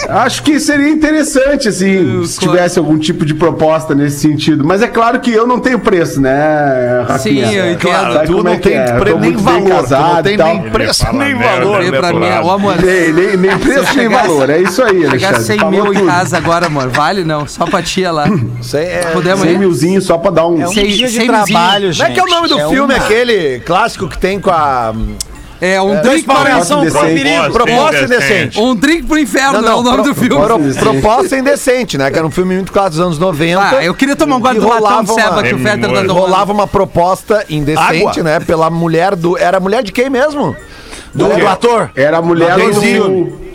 [SPEAKER 4] Acho que seria interessante, assim, se
[SPEAKER 3] claro.
[SPEAKER 4] tivesse algum tipo de proposta nesse sentido. Mas é claro que eu não tenho preço, né, Rafinha?
[SPEAKER 3] Sim, eu entendo.
[SPEAKER 4] Sabe
[SPEAKER 5] tu
[SPEAKER 4] como
[SPEAKER 5] não
[SPEAKER 4] é que
[SPEAKER 5] tem
[SPEAKER 4] é? Eu
[SPEAKER 5] pre-
[SPEAKER 4] tô
[SPEAKER 5] nem
[SPEAKER 4] muito bem
[SPEAKER 5] valor, tu não
[SPEAKER 4] casado
[SPEAKER 5] tem
[SPEAKER 4] e tal.
[SPEAKER 5] nem preço
[SPEAKER 6] Ele
[SPEAKER 5] nem
[SPEAKER 6] fala
[SPEAKER 5] valor,
[SPEAKER 6] merda,
[SPEAKER 3] Vê
[SPEAKER 5] né,
[SPEAKER 3] pra mim,
[SPEAKER 5] Porã?
[SPEAKER 3] ó, amor.
[SPEAKER 4] Nem, nem, nem preço, nem
[SPEAKER 3] chegar-
[SPEAKER 4] valor. É isso aí,
[SPEAKER 3] Pegar
[SPEAKER 4] Alexandre.
[SPEAKER 3] 100
[SPEAKER 4] Falou
[SPEAKER 3] mil em
[SPEAKER 4] tudo.
[SPEAKER 3] casa agora, amor. Vale não? Só pra tia lá.
[SPEAKER 1] Isso aí é...
[SPEAKER 3] Podemos
[SPEAKER 4] 100
[SPEAKER 3] ir?
[SPEAKER 4] milzinho só pra dar um...
[SPEAKER 7] É um
[SPEAKER 3] Sem-
[SPEAKER 7] dia de
[SPEAKER 3] sem
[SPEAKER 7] trabalho,
[SPEAKER 1] Como é que é o nome do filme
[SPEAKER 7] uma-
[SPEAKER 1] aquele clássico que tem com a...
[SPEAKER 3] É, um
[SPEAKER 1] dois
[SPEAKER 3] drink
[SPEAKER 1] pau-
[SPEAKER 3] para...
[SPEAKER 4] Proposta indecente.
[SPEAKER 1] Proposta
[SPEAKER 6] indecente.
[SPEAKER 1] indecente.
[SPEAKER 3] Um drink pro inferno é o nome
[SPEAKER 1] pro-
[SPEAKER 3] do filme.
[SPEAKER 1] pro-
[SPEAKER 4] Sim, sim.
[SPEAKER 1] proposta indecente, né? Que era um filme muito claro dos anos 90.
[SPEAKER 3] Ah, eu queria tomar um guarda do
[SPEAKER 1] E
[SPEAKER 3] latão
[SPEAKER 1] rolava
[SPEAKER 3] de ceba
[SPEAKER 1] uma-
[SPEAKER 3] que o Fetter tá
[SPEAKER 6] Rolava
[SPEAKER 3] tomando.
[SPEAKER 1] Rolava uma proposta indecente,
[SPEAKER 5] Água.
[SPEAKER 1] né? Pela mulher do... Era a mulher de quem mesmo? Do,
[SPEAKER 4] quê?
[SPEAKER 1] do ator.
[SPEAKER 4] Era a mulher
[SPEAKER 1] Não tem
[SPEAKER 4] do...
[SPEAKER 1] filme.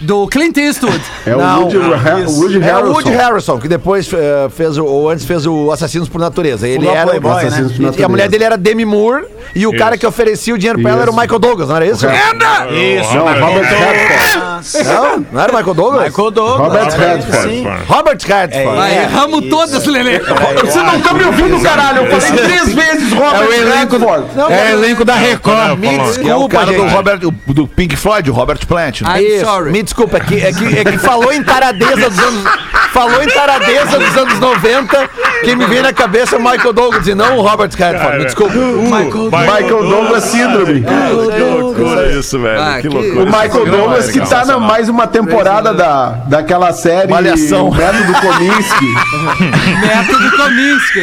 [SPEAKER 3] Do Clint Eastwood.
[SPEAKER 4] É o
[SPEAKER 1] Não,
[SPEAKER 4] Woody, Har- Woody
[SPEAKER 1] É o
[SPEAKER 4] Harrelson.
[SPEAKER 1] Woody Harrison, que depois eh, fez o, ou antes fez o Assassinos por Natureza. Ele
[SPEAKER 7] Pulou a
[SPEAKER 1] era
[SPEAKER 7] Playboy,
[SPEAKER 1] e-
[SPEAKER 4] Assassinos
[SPEAKER 1] né?
[SPEAKER 4] por
[SPEAKER 1] E
[SPEAKER 4] Natureza.
[SPEAKER 1] a mulher dele era Demi Moore e o cara que oferecia o dinheiro pra ela era o
[SPEAKER 4] Isso.
[SPEAKER 1] Michael Douglas, não era isso?
[SPEAKER 6] Isso.
[SPEAKER 4] É. Não, é Robert Redford.
[SPEAKER 1] Não, não era o Michael Douglas?
[SPEAKER 7] Michael Douglas.
[SPEAKER 4] Robert
[SPEAKER 7] Sim.
[SPEAKER 4] Redford.
[SPEAKER 1] Robert Redford. Ah,
[SPEAKER 3] Vai,
[SPEAKER 7] É,
[SPEAKER 3] erramos todas, Lelê.
[SPEAKER 4] Você não tá me ouvindo,
[SPEAKER 3] é
[SPEAKER 4] caralho. Eu falei três vezes Robert Redford.
[SPEAKER 1] Não,
[SPEAKER 7] É
[SPEAKER 1] é,
[SPEAKER 7] elenco da Record.
[SPEAKER 1] me
[SPEAKER 6] falou.
[SPEAKER 1] desculpa,
[SPEAKER 5] Que é o cara
[SPEAKER 1] gente.
[SPEAKER 5] do, Robert, do Pink Floyd, o Robert Plant. né?
[SPEAKER 3] I'm
[SPEAKER 1] Isso,
[SPEAKER 3] sorry.
[SPEAKER 1] Me desculpa, é que, é que, é que falou em taradeza dos anos. Falou em taradeza dos anos 90. Quem me veio na cabeça é o Michael Douglas e não o Robert Redford. Me desculpa.
[SPEAKER 3] Michael
[SPEAKER 4] Michael Douglas Síndrome.
[SPEAKER 5] Que loucura isso, velho.
[SPEAKER 3] Ah,
[SPEAKER 5] que
[SPEAKER 3] que-
[SPEAKER 5] loucura.
[SPEAKER 4] O Michael
[SPEAKER 5] Esse programa
[SPEAKER 4] Douglas
[SPEAKER 5] é
[SPEAKER 4] que tá na
[SPEAKER 5] sensacional.
[SPEAKER 4] mais uma temporada da, daquela série
[SPEAKER 5] Malhação.
[SPEAKER 4] O Método Kominsky.
[SPEAKER 3] Método Kominsky.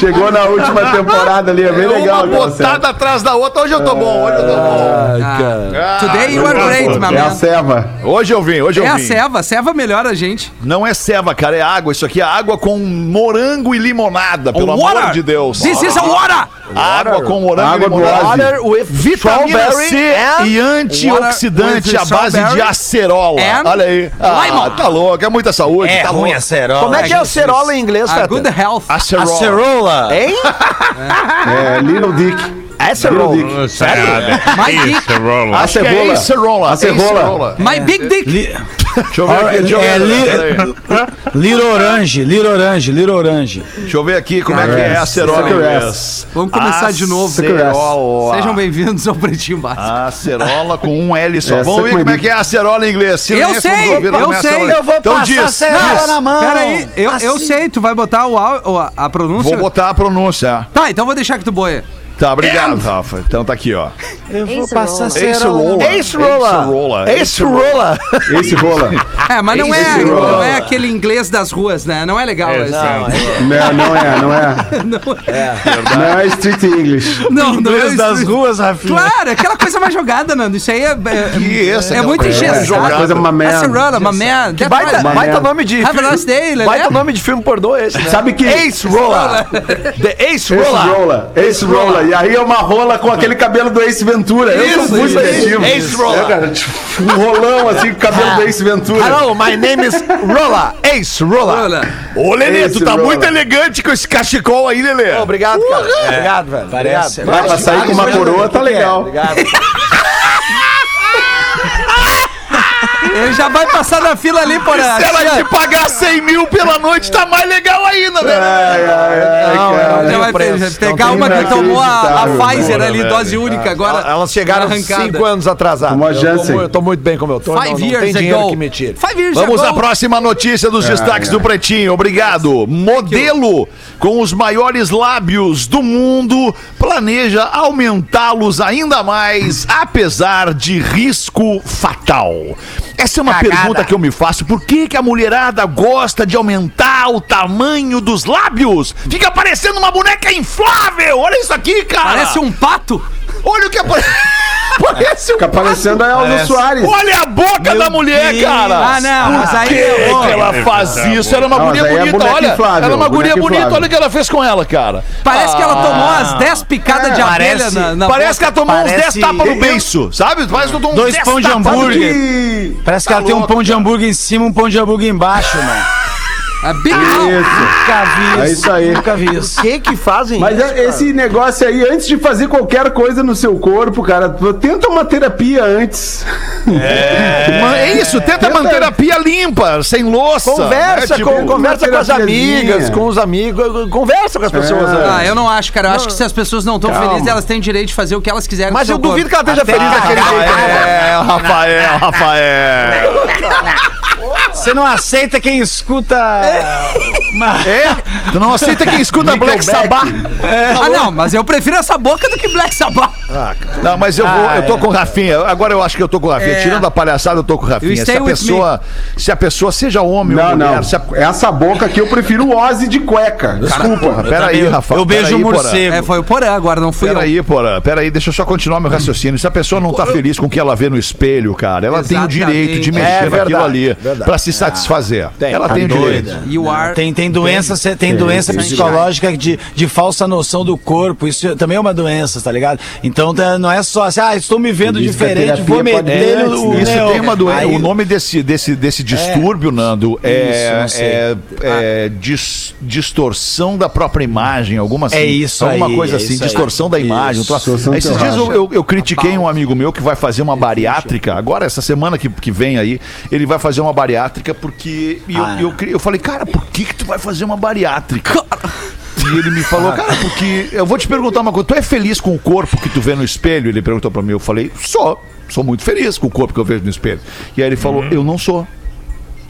[SPEAKER 4] Chegou na última temporada ali, é bem legal.
[SPEAKER 5] Uma
[SPEAKER 4] aquela série.
[SPEAKER 5] botada atrás da outra. Hoje eu tô bom, hoje eu tô bom.
[SPEAKER 3] Ah,
[SPEAKER 5] tá.
[SPEAKER 3] Today you are
[SPEAKER 6] Ah,
[SPEAKER 3] great,
[SPEAKER 6] é
[SPEAKER 3] my
[SPEAKER 4] É a
[SPEAKER 3] man.
[SPEAKER 4] Seva.
[SPEAKER 5] Hoje eu vim, hoje eu
[SPEAKER 3] É a
[SPEAKER 5] vim.
[SPEAKER 3] ceva, ceva melhora a gente.
[SPEAKER 5] Não é ceva, cara, é água. Isso aqui é água com morango e limonada, pelo amor de Deus.
[SPEAKER 3] This is a water!
[SPEAKER 5] Água com morango
[SPEAKER 4] Água
[SPEAKER 5] e
[SPEAKER 4] do
[SPEAKER 5] limonada.
[SPEAKER 4] Ozzy.
[SPEAKER 1] Water with
[SPEAKER 5] Vitamina
[SPEAKER 1] strawberry
[SPEAKER 5] C
[SPEAKER 1] and-
[SPEAKER 5] e antioxidante à
[SPEAKER 3] Water with
[SPEAKER 5] base de
[SPEAKER 3] strawberry
[SPEAKER 5] acerola.
[SPEAKER 3] and
[SPEAKER 5] Olha aí. Ah,
[SPEAKER 3] lemon.
[SPEAKER 5] tá louco, é muita saúde. tá louco.
[SPEAKER 1] Como é que é o
[SPEAKER 3] Jesus.
[SPEAKER 1] cerola em inglês,
[SPEAKER 3] A
[SPEAKER 1] Feta?
[SPEAKER 3] good health.
[SPEAKER 5] Acerola.
[SPEAKER 7] Acerola.
[SPEAKER 1] Hein?
[SPEAKER 4] É, Little Dick. Little Dick.
[SPEAKER 6] Sério?
[SPEAKER 4] A
[SPEAKER 5] Acho que é
[SPEAKER 4] cebola.
[SPEAKER 5] acerola.
[SPEAKER 4] A cebola.
[SPEAKER 3] My big dick.
[SPEAKER 5] Deixa eu ver aqui, deixa eu
[SPEAKER 7] É
[SPEAKER 5] ver,
[SPEAKER 7] li,
[SPEAKER 5] pera aí.
[SPEAKER 7] Little Orange, Little Orange, Little Orange.
[SPEAKER 5] Deixa eu ver aqui como é que
[SPEAKER 4] Ah,
[SPEAKER 5] é
[SPEAKER 4] é.
[SPEAKER 5] a acerola em
[SPEAKER 4] Isso é
[SPEAKER 5] inglês.
[SPEAKER 3] Vamos começar de novo.
[SPEAKER 5] Ah, Acerola.
[SPEAKER 3] Sejam bem-vindos ao Pretinho Básico.
[SPEAKER 5] Acerola com um L só.
[SPEAKER 4] Essa
[SPEAKER 5] Vamos ver
[SPEAKER 4] coisa.
[SPEAKER 5] como é que é a acerola em inglês. Se
[SPEAKER 3] Eu
[SPEAKER 5] não é,
[SPEAKER 3] sei,
[SPEAKER 5] vamos ouvir
[SPEAKER 3] eu
[SPEAKER 5] como é a
[SPEAKER 3] sei.
[SPEAKER 5] acerola.
[SPEAKER 3] Eu
[SPEAKER 5] então diz, diz.
[SPEAKER 7] mão.
[SPEAKER 3] Peraí, eu, eu
[SPEAKER 7] Assim?
[SPEAKER 3] sei, tu vai botar o, au- o- a, a pronúncia?
[SPEAKER 5] Vou botar a pronúncia.
[SPEAKER 3] Tá, então vou deixar que tu boia.
[SPEAKER 5] Tá, obrigado, Rafa. Então tá aqui, ó.
[SPEAKER 7] Eu vou
[SPEAKER 8] Acerola.
[SPEAKER 7] passar
[SPEAKER 5] Acerola. Acerola.
[SPEAKER 1] Acerola.
[SPEAKER 4] Esse rola.
[SPEAKER 3] É, mas não é,
[SPEAKER 4] Isso.
[SPEAKER 3] não é aquele inglês das ruas, né? Não é legal esse.
[SPEAKER 4] Não, não é, não é. Não é Street English.
[SPEAKER 3] Não, não é
[SPEAKER 7] Inglês
[SPEAKER 3] isso.
[SPEAKER 7] das ruas, Rafinha.
[SPEAKER 3] Claro, aquela coisa mais jogada, Nando. Isso aí é, é,
[SPEAKER 5] isso,
[SPEAKER 3] é
[SPEAKER 5] aquela
[SPEAKER 3] muito
[SPEAKER 5] coisa mais
[SPEAKER 3] engessado.
[SPEAKER 5] jogada.
[SPEAKER 4] Essa coisa é uma merda.
[SPEAKER 3] Acerola, my man. That's
[SPEAKER 1] Baita,
[SPEAKER 3] right.
[SPEAKER 4] Uma
[SPEAKER 1] baita
[SPEAKER 4] merda.
[SPEAKER 1] nome de.
[SPEAKER 3] Have a nice day, Lelé.
[SPEAKER 1] Baita nome de filme pornô esse, né?
[SPEAKER 4] Sabe que
[SPEAKER 1] Ace Rola. The Ace
[SPEAKER 4] Ace
[SPEAKER 1] Rola.
[SPEAKER 4] Rola, Ace Rola. E aí é uma rola com aquele cabelo do Ace Ventura. Eu
[SPEAKER 1] Isso,
[SPEAKER 4] sou muito
[SPEAKER 1] isso aí.
[SPEAKER 4] criativo.
[SPEAKER 1] Ace Rola.
[SPEAKER 4] É, cara, tipo, um rolão assim com o cabelo do Ace Ventura.
[SPEAKER 1] Hello, my name is Rola. Ace Rola.
[SPEAKER 3] Acerola.
[SPEAKER 5] Ô, Lelê, tu
[SPEAKER 4] Esse
[SPEAKER 5] tá
[SPEAKER 4] rola.
[SPEAKER 5] muito elegante com esse cachecol aí, Lelê.
[SPEAKER 1] Obrigado, cara.
[SPEAKER 3] É,
[SPEAKER 1] Obrigado, velho.
[SPEAKER 7] Parece.
[SPEAKER 1] Obrigado.
[SPEAKER 4] Ah, pra sair com uma coroa tá legal.
[SPEAKER 3] Ele já vai passar na fila ali, porra.
[SPEAKER 5] Se ela te pagar 100 mil pela noite, tá mais legal ainda, né?
[SPEAKER 3] É.
[SPEAKER 4] Ai, ai, ai,
[SPEAKER 1] Não,
[SPEAKER 4] cara.
[SPEAKER 1] não,
[SPEAKER 3] Já
[SPEAKER 1] não.
[SPEAKER 3] vai
[SPEAKER 1] preço,
[SPEAKER 3] pe-
[SPEAKER 1] não
[SPEAKER 3] pegar
[SPEAKER 4] tem
[SPEAKER 3] uma que
[SPEAKER 4] nada.
[SPEAKER 3] tomou a, a
[SPEAKER 4] Inacreditável,
[SPEAKER 3] Pfizer
[SPEAKER 5] cara,
[SPEAKER 3] ali,
[SPEAKER 5] velho.
[SPEAKER 3] dose única agora.
[SPEAKER 1] Elas chegaram
[SPEAKER 3] na arrancada.
[SPEAKER 1] cinco anos atrasadas.
[SPEAKER 4] Uma
[SPEAKER 1] Eu tô
[SPEAKER 4] Janssen.
[SPEAKER 1] mu- Eu tô muito bem como eu tô. Não, não
[SPEAKER 3] Five
[SPEAKER 1] tem
[SPEAKER 3] years
[SPEAKER 1] dinheiro
[SPEAKER 3] ago.
[SPEAKER 1] que me tire.
[SPEAKER 3] Five years
[SPEAKER 5] Vamos à
[SPEAKER 3] ago.
[SPEAKER 5] próxima notícia
[SPEAKER 4] É.
[SPEAKER 5] dos destaques do Pretinho. Obrigado. Modelo com os maiores lábios do mundo planeja aumentá-los ainda mais, apesar de risco fatal. Essa é uma pergunta que eu me faço. Por que, que a mulherada gosta de aumentar o tamanho dos lábios? Fica parecendo uma boneca inflável. Olha isso aqui, cara.
[SPEAKER 3] Parece um pato.
[SPEAKER 5] Olha o que apare... Parece um
[SPEAKER 4] Fica parecendo a Elza Soares.
[SPEAKER 5] Olha a boca da mulher, cara!
[SPEAKER 3] Ah, não, mas aí
[SPEAKER 5] Por que,
[SPEAKER 3] é bom.
[SPEAKER 5] que ela faz isso? Era uma
[SPEAKER 4] Não, mas
[SPEAKER 5] guria
[SPEAKER 4] aí é
[SPEAKER 5] bonita,
[SPEAKER 4] boneca
[SPEAKER 5] olha.
[SPEAKER 4] inflável,
[SPEAKER 5] Era uma guria
[SPEAKER 4] boneca
[SPEAKER 5] bonita,
[SPEAKER 4] inflável.
[SPEAKER 5] olha o que ela fez com ela, cara. Ah,
[SPEAKER 3] Parece que ela
[SPEAKER 1] Ah.
[SPEAKER 3] tomou umas 10 picadas de abelha na, na
[SPEAKER 5] Parece que ela tomou uns 10
[SPEAKER 7] Parece-
[SPEAKER 5] tapas no beiço, sabe? Parece que eu tomo
[SPEAKER 7] Dois
[SPEAKER 5] 10
[SPEAKER 7] pão de
[SPEAKER 5] tapas.
[SPEAKER 7] hambúrguer. Parece que
[SPEAKER 5] Tá
[SPEAKER 7] ela tem um
[SPEAKER 5] louco,
[SPEAKER 7] pão de hambúrguer em cima, um pão de hambúrguer embaixo, mano.
[SPEAKER 3] boca. A Big Mouth.
[SPEAKER 4] Isso.
[SPEAKER 7] Nunca vi
[SPEAKER 4] É
[SPEAKER 7] isso.
[SPEAKER 4] isso aí.
[SPEAKER 7] Nunca vi isso.
[SPEAKER 1] Por que que fazem
[SPEAKER 4] Mas
[SPEAKER 1] isso?
[SPEAKER 4] é- esse negócio aí, antes de fazer qualquer coisa no seu corpo, cara, tu- tenta uma terapia antes.
[SPEAKER 5] Ma- É isso, tenta manter a pia limpa, sem louça.
[SPEAKER 1] Conversa,
[SPEAKER 5] né?
[SPEAKER 4] É
[SPEAKER 5] Tipo,
[SPEAKER 1] com, conversa com as
[SPEAKER 4] terapiazinha.
[SPEAKER 1] amigas, com os amigos, conversa com as pessoas.
[SPEAKER 4] É.
[SPEAKER 1] né?
[SPEAKER 3] Ah, eu não acho, cara. Eu acho que se as pessoas não estão felizes, elas têm direito de fazer o que elas quiserem.
[SPEAKER 1] Mas
[SPEAKER 3] com
[SPEAKER 1] eu
[SPEAKER 3] seu corpo.
[SPEAKER 1] duvido que ela esteja feliz daquele
[SPEAKER 3] É.
[SPEAKER 1] jeito.
[SPEAKER 5] Ah,
[SPEAKER 1] né?
[SPEAKER 5] Rafael, Rafael, Rafael.
[SPEAKER 7] Você não aceita quem escuta.
[SPEAKER 5] É? Tu não aceita quem escuta Black Sabbath?
[SPEAKER 3] Ah, não, mas eu prefiro essa boca do que Black Sabbath.
[SPEAKER 5] Não, mas eu vou, eu tô com o Rafinha. Agora eu acho que eu tô com o Rafinha.
[SPEAKER 3] É.
[SPEAKER 5] Tirando a palhaçada, eu tô com o
[SPEAKER 3] You
[SPEAKER 5] Rafinha. Se
[SPEAKER 3] stay
[SPEAKER 5] a
[SPEAKER 3] with
[SPEAKER 5] pessoa, se a pessoa seja homem ou
[SPEAKER 4] Não,
[SPEAKER 5] mulher,
[SPEAKER 4] não.
[SPEAKER 5] se a...
[SPEAKER 4] Essa boca aqui eu prefiro o Ozzy de cueca. Desculpa.
[SPEAKER 5] Peraí, Rafa.
[SPEAKER 7] Eu beijo o
[SPEAKER 5] peraí, Porã.
[SPEAKER 7] morcego.
[SPEAKER 3] É, foi o Porã, agora não fui eu.
[SPEAKER 5] Peraí, porra, peraí, deixa eu só continuar meu raciocínio. Se a pessoa não tá feliz com o que ela vê no espelho, cara, ela tem o direito de
[SPEAKER 3] Exatamente.
[SPEAKER 5] mexer
[SPEAKER 1] É
[SPEAKER 5] naquilo
[SPEAKER 1] verdade,
[SPEAKER 5] ali
[SPEAKER 1] verdade.
[SPEAKER 5] pra se satisfazer. ela tem o direito.
[SPEAKER 3] You are.
[SPEAKER 7] Tem, tem doença, tem, doença psicológica de, de falsa noção do corpo. Isso também é uma doença, tá ligado? Então tá- não é só assim, ah, estou me vendo
[SPEAKER 4] Isso, a
[SPEAKER 7] diferente,
[SPEAKER 4] terapia
[SPEAKER 7] vou
[SPEAKER 4] pode
[SPEAKER 7] meter
[SPEAKER 4] ser
[SPEAKER 7] o, o
[SPEAKER 4] antes,
[SPEAKER 5] né? Isso
[SPEAKER 7] neon.
[SPEAKER 5] tem uma doença.
[SPEAKER 7] Aí- É.
[SPEAKER 5] O nome desse, desse, desse distúrbio, Nando,
[SPEAKER 7] Isso,
[SPEAKER 5] é,
[SPEAKER 7] não sei. Ah.
[SPEAKER 5] é- é dis- distorção da própria imagem, alguma assim.
[SPEAKER 7] É isso
[SPEAKER 5] Alguma
[SPEAKER 7] aí,
[SPEAKER 5] coisa
[SPEAKER 7] é
[SPEAKER 5] assim,
[SPEAKER 7] isso aí.
[SPEAKER 5] distorção da imagem. um troço-
[SPEAKER 4] Distorção da
[SPEAKER 5] Esses dias eu,
[SPEAKER 4] imagem.
[SPEAKER 5] eu, eu critiquei um amigo meu que vai fazer uma bariátrica, agora essa semana que, que vem aí, ele vai fazer uma bariátrica porque. E eu,
[SPEAKER 7] Ah.
[SPEAKER 5] eu, cri- eu falei, cara, por que, que tu vai fazer uma bariátrica? E ele me falou, cara, porque eu vou te perguntar uma coisa. Tu é feliz com o corpo que tu vê no espelho? Ele perguntou pra mim. Eu falei, sou. Sou muito feliz com o corpo que eu vejo no espelho. E aí ele falou, eu não sou.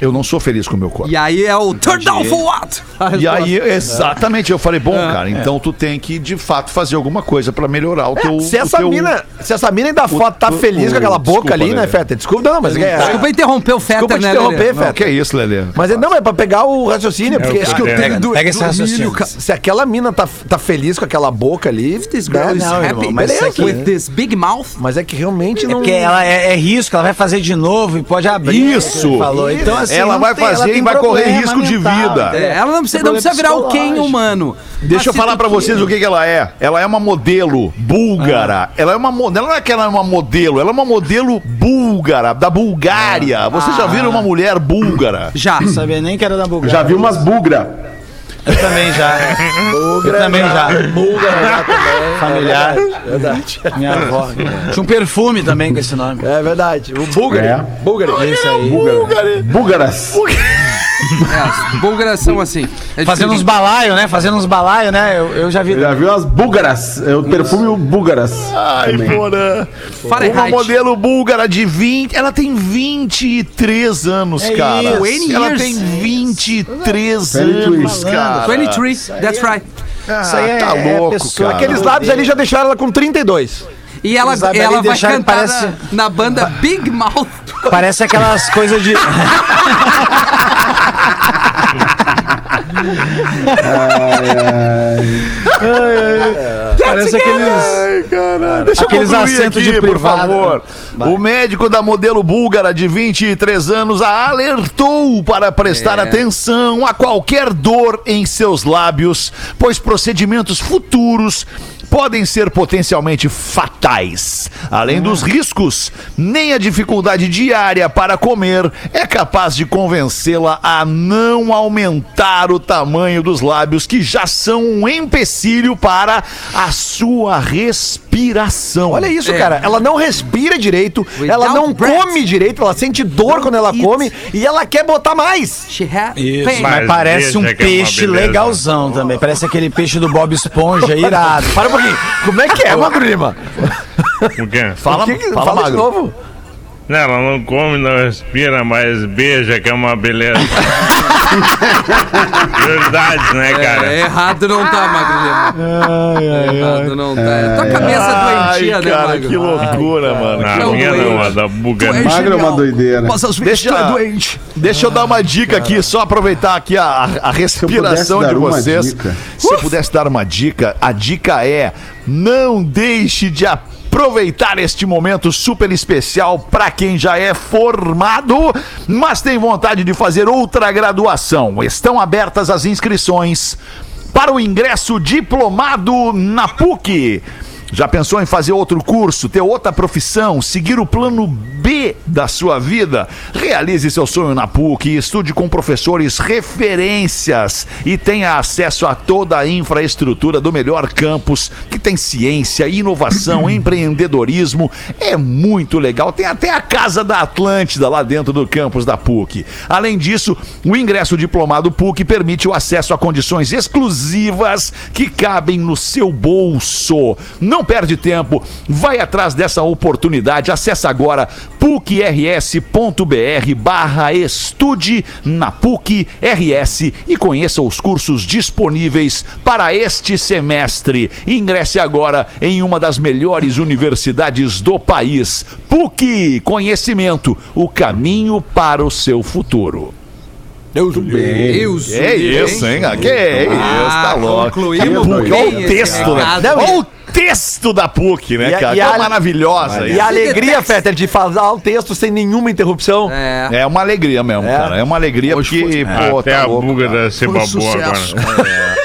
[SPEAKER 5] Eu não sou feliz com o meu corpo.
[SPEAKER 3] E aí é o turn down for what? A
[SPEAKER 5] E aí,
[SPEAKER 3] resposta. É.
[SPEAKER 5] exatamente, eu falei, bom, cara, então tu tem que, de fato, fazer alguma coisa pra melhorar o
[SPEAKER 3] É,
[SPEAKER 5] teu...
[SPEAKER 1] Se
[SPEAKER 5] o
[SPEAKER 1] essa,
[SPEAKER 5] teu-
[SPEAKER 1] mina, se essa mina ainda foto tá
[SPEAKER 5] o-
[SPEAKER 1] feliz com aquela
[SPEAKER 5] o-
[SPEAKER 1] boca
[SPEAKER 5] desculpa,
[SPEAKER 1] ali, né,
[SPEAKER 5] Lelê.
[SPEAKER 1] Feta? Desculpa, não, mas é,
[SPEAKER 3] Desculpa interromper o Feta,
[SPEAKER 1] desculpa te
[SPEAKER 3] né, Lelê?
[SPEAKER 1] interromper,
[SPEAKER 5] Não, que
[SPEAKER 1] Feta.
[SPEAKER 5] isso, Lelê?
[SPEAKER 1] Mas é- não, é pra pegar o raciocínio, porque
[SPEAKER 6] o que
[SPEAKER 1] acho
[SPEAKER 6] eu
[SPEAKER 5] é
[SPEAKER 6] tenho
[SPEAKER 1] do-
[SPEAKER 7] Pega esse raciocínio.
[SPEAKER 1] cara, se aquela mina tá, tá feliz com aquela boca ali,
[SPEAKER 3] This
[SPEAKER 1] né,
[SPEAKER 3] girl is
[SPEAKER 7] Não, irmão,
[SPEAKER 3] happy
[SPEAKER 7] mas isso aqui-
[SPEAKER 3] with this big mouth.
[SPEAKER 1] mas é que realmente
[SPEAKER 7] É
[SPEAKER 1] não...
[SPEAKER 7] porque ela é, é risco, ela vai fazer de novo e pode abrir. é
[SPEAKER 5] Isso!
[SPEAKER 7] Ele Falou. Então, assim,
[SPEAKER 5] Ela
[SPEAKER 7] não
[SPEAKER 5] vai
[SPEAKER 7] tem-
[SPEAKER 5] fazer e
[SPEAKER 7] tem
[SPEAKER 5] vai correr
[SPEAKER 7] problema
[SPEAKER 5] risco de vida.
[SPEAKER 7] entendeu?
[SPEAKER 3] É, ela não precisa, não
[SPEAKER 7] Problema
[SPEAKER 3] precisa virar o quem
[SPEAKER 7] psicológico.
[SPEAKER 3] humano. Mas
[SPEAKER 5] Deixa eu
[SPEAKER 3] se
[SPEAKER 5] falar
[SPEAKER 3] tu
[SPEAKER 5] pra vocês
[SPEAKER 3] quer-
[SPEAKER 5] o que, que ela é. Ela é uma modelo búlgara. Ela é uma mo- ela não é que ela é uma modelo, ela é uma modelo búlgara, da Bulgária. Vocês já viram uma mulher búlgara?
[SPEAKER 3] Já.
[SPEAKER 7] Não sabia nem que era da Bulgária.
[SPEAKER 4] Já vi umas bugra.
[SPEAKER 7] Eu também já. Eu também já. Familiar.
[SPEAKER 1] é Verdade.
[SPEAKER 7] Minha avó. Tinha um perfume também com esse nome.
[SPEAKER 1] É verdade. O búlgaro.
[SPEAKER 4] É.
[SPEAKER 1] Búlgaro. Isso aí.
[SPEAKER 4] Búlgaras.
[SPEAKER 3] As búlgaras são assim. É
[SPEAKER 7] Fazendo uns
[SPEAKER 3] diferente.
[SPEAKER 7] balaios, né? Fazendo uns balaios, né? Eu, eu já vi.
[SPEAKER 1] é
[SPEAKER 4] Já viu as búlgaras? É o perfume búlgaras.
[SPEAKER 5] Ai, porra. Uma
[SPEAKER 3] Fahrenheit.
[SPEAKER 5] modelo búlgara de 20. Ela tem 23 anos,
[SPEAKER 7] É
[SPEAKER 5] cara.
[SPEAKER 7] isso.
[SPEAKER 5] Ela
[SPEAKER 3] Years.
[SPEAKER 5] tem 23
[SPEAKER 4] Very
[SPEAKER 5] anos,
[SPEAKER 4] twist.
[SPEAKER 5] cara.
[SPEAKER 3] 23, that's right.
[SPEAKER 5] Ah,
[SPEAKER 7] Isso aí é-
[SPEAKER 5] tá
[SPEAKER 7] é
[SPEAKER 5] louco,
[SPEAKER 7] pessoa-
[SPEAKER 5] cara.
[SPEAKER 1] Aqueles lábios ali já deixaram ela com 32.
[SPEAKER 3] E ela,
[SPEAKER 7] Eles abrem
[SPEAKER 3] ela
[SPEAKER 7] e
[SPEAKER 3] vai
[SPEAKER 7] deixaram,
[SPEAKER 3] cantar
[SPEAKER 7] parece-
[SPEAKER 3] na, na banda Big Mouth.
[SPEAKER 7] Parece aquelas coisas de. Parece aqueles.
[SPEAKER 5] Ai, caralho. Deixa
[SPEAKER 7] Aqueles
[SPEAKER 5] eu concluir
[SPEAKER 7] assentos
[SPEAKER 5] aqui,
[SPEAKER 7] de
[SPEAKER 5] por
[SPEAKER 7] privado.
[SPEAKER 5] favor. O médico da modelo búlgara de 23 anos a alertou para prestar
[SPEAKER 1] É.
[SPEAKER 5] atenção a qualquer dor em seus lábios, pois procedimentos futuros podem ser potencialmente fatais. Além
[SPEAKER 1] Hum.
[SPEAKER 5] dos riscos, nem a dificuldade diária para comer é capaz de convencê-la a não aumentar o tamanho dos lábios, que já são um empecilho para a sua respiração.
[SPEAKER 1] Olha isso,
[SPEAKER 3] É.
[SPEAKER 1] cara. Ela não respira direito,
[SPEAKER 3] Without
[SPEAKER 1] ela não
[SPEAKER 3] breath.
[SPEAKER 1] come direito, ela sente dor quando ela
[SPEAKER 3] eat.
[SPEAKER 1] come e ela quer botar mais.
[SPEAKER 3] She had
[SPEAKER 7] Isso,
[SPEAKER 3] pain.
[SPEAKER 7] mas
[SPEAKER 6] Mas
[SPEAKER 7] parece um
[SPEAKER 6] veja que é uma
[SPEAKER 7] peixe
[SPEAKER 6] beleza.
[SPEAKER 7] legalzão também. Parece aquele peixe do Bob Esponja, irado.
[SPEAKER 1] Para um pouquinho. Como é que é, Magro Lima?
[SPEAKER 6] O quê?
[SPEAKER 5] Fala,
[SPEAKER 1] O que que-
[SPEAKER 5] fala,
[SPEAKER 1] fala de
[SPEAKER 5] magro.
[SPEAKER 1] novo.
[SPEAKER 6] Não, ela não come, não respira, mas beija que é uma beleza. Verdade, né, cara?
[SPEAKER 3] É, errado não tá, Magro Lima.
[SPEAKER 4] É,
[SPEAKER 3] É Errado não tá. É tua cabeça doentia, né,
[SPEAKER 5] cara,
[SPEAKER 3] Magro?
[SPEAKER 5] que loucura, mano.
[SPEAKER 6] A
[SPEAKER 3] Não,
[SPEAKER 6] minha
[SPEAKER 3] doente.
[SPEAKER 6] não, a da buga.
[SPEAKER 3] é Tu é
[SPEAKER 4] Magro é uma
[SPEAKER 3] genial.
[SPEAKER 4] doideira.
[SPEAKER 3] Mas às vezes
[SPEAKER 5] Deixa-
[SPEAKER 3] tu é doente.
[SPEAKER 5] Deixa eu dar uma dica aqui, só aproveitar aqui a, a- a respiração
[SPEAKER 4] pudesse
[SPEAKER 5] de
[SPEAKER 4] dar uma
[SPEAKER 5] vocês.
[SPEAKER 4] dica.
[SPEAKER 5] Se eu pudesse dar uma dica, a dica é: não deixe de aproveitar este momento super especial para quem já é formado, mas tem vontade de fazer outra graduação. Estão abertas as inscrições para o ingresso diplomado na PUC. Já pensou em fazer outro curso, ter outra profissão, seguir o plano B da sua vida? Realize seu sonho na PUC, estude com professores referências e tenha acesso a toda a infraestrutura do melhor campus, que tem ciência, inovação, empreendedorismo. É muito legal. Tem até a Casa da Atlântida lá dentro do campus da PUC. Além disso, o ingresso diplomado PUC permite o acesso a condições exclusivas que cabem no seu bolso. Não perde tempo, vai atrás dessa oportunidade. Acesse agora pucrs.br barra estude na PUC RS e conheça os cursos disponíveis para este semestre. Ingresse agora em uma das melhores universidades do país. PUC Conhecimento, o caminho para o seu futuro.
[SPEAKER 1] Deus
[SPEAKER 3] Deus.
[SPEAKER 5] É isso, hein? cara? Que é isso, tá louco.
[SPEAKER 3] concluímos
[SPEAKER 5] PUC, olha
[SPEAKER 3] bem
[SPEAKER 5] o
[SPEAKER 3] esse
[SPEAKER 5] texto, né?
[SPEAKER 3] recado.
[SPEAKER 5] Olha o texto da PUC,
[SPEAKER 1] E
[SPEAKER 5] né,
[SPEAKER 1] a-
[SPEAKER 5] cara?
[SPEAKER 1] e
[SPEAKER 5] Que
[SPEAKER 1] a-
[SPEAKER 5] é maravilhosa.
[SPEAKER 1] E
[SPEAKER 5] isso.
[SPEAKER 1] a alegria, Feta, de falar o texto sem nenhuma interrupção.
[SPEAKER 3] É.
[SPEAKER 5] É uma alegria mesmo,
[SPEAKER 1] É.
[SPEAKER 5] cara. É uma alegria
[SPEAKER 1] Hoje
[SPEAKER 5] porque, pô,
[SPEAKER 6] Ah, Até
[SPEAKER 5] tá
[SPEAKER 6] a
[SPEAKER 5] louco.
[SPEAKER 6] buga da se babou
[SPEAKER 3] um sucesso.
[SPEAKER 6] É, agora.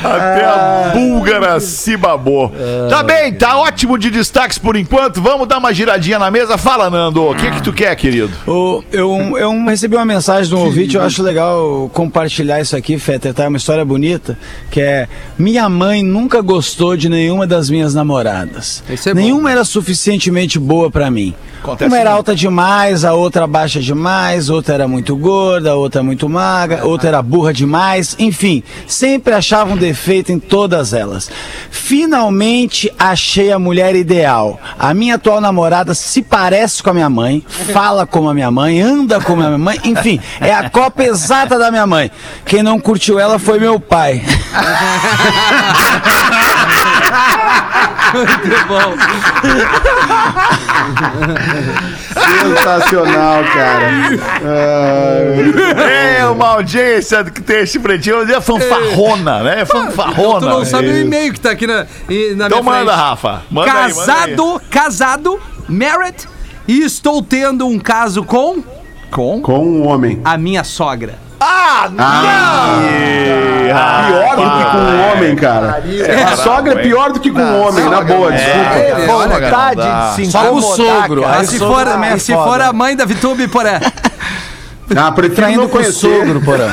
[SPEAKER 5] Até a búlgara se babou. Tá bem, tá ótimo de destaques por enquanto. Vamos dar uma giradinha na mesa. Fala, Nando, o que que tu quer, querido?
[SPEAKER 7] O- eu, eu recebi uma mensagem de um ouvinte, eu acho legal compartilhar isso aqui, Fetter, tá? É uma história bonita, que é Minha mãe nunca gostou de nenhuma das minhas namoradas.
[SPEAKER 3] Isso é bom.
[SPEAKER 7] nenhuma era suficientemente boa pra mim.
[SPEAKER 5] Acontece
[SPEAKER 7] uma era
[SPEAKER 5] muito.
[SPEAKER 7] alta demais, a outra baixa demais, outra era muito gorda, outra muito magra, outra era burra demais, enfim, sempre achava um defeito em todas elas. Finalmente achei a mulher ideal. A minha atual namorada se parece com a minha mãe, fala como a minha mãe, anda como a minha mãe, enfim, é a copa exata da minha mãe. Quem não curtiu ela foi meu pai.
[SPEAKER 3] Muito bom.
[SPEAKER 4] Sensacional, cara.
[SPEAKER 5] É uma audiência que tem esse pretinho, é fanfarrona, né? É fanfarrona.
[SPEAKER 3] tu não sabe o
[SPEAKER 5] É.
[SPEAKER 3] e-mail que tá aqui na, e- na
[SPEAKER 5] Então
[SPEAKER 3] minha
[SPEAKER 5] manda,
[SPEAKER 3] frente.
[SPEAKER 5] Rafa. Manda aí, manda aí.
[SPEAKER 3] casado, casado, married, e estou tendo um caso com
[SPEAKER 4] Ah, com um homem.
[SPEAKER 3] a minha sogra.
[SPEAKER 5] Ih,
[SPEAKER 4] Ah,
[SPEAKER 3] Ah,
[SPEAKER 4] Pior do que com um homem, cara. A sogra é pior do que com um homem, na boa, desculpa.
[SPEAKER 1] É,
[SPEAKER 3] olha,
[SPEAKER 1] vontade
[SPEAKER 5] dá.
[SPEAKER 1] de se
[SPEAKER 7] Só com o
[SPEAKER 1] incomodar,
[SPEAKER 7] sogro,
[SPEAKER 1] cara.
[SPEAKER 7] aí
[SPEAKER 3] tá, se
[SPEAKER 7] sogro
[SPEAKER 3] for,
[SPEAKER 7] também é
[SPEAKER 3] se
[SPEAKER 7] foda.
[SPEAKER 3] for a mãe da Vitube, porém.
[SPEAKER 4] Ah, prefiro
[SPEAKER 7] Traindo
[SPEAKER 4] não
[SPEAKER 7] com o
[SPEAKER 4] conhecer.
[SPEAKER 7] sogro, porra.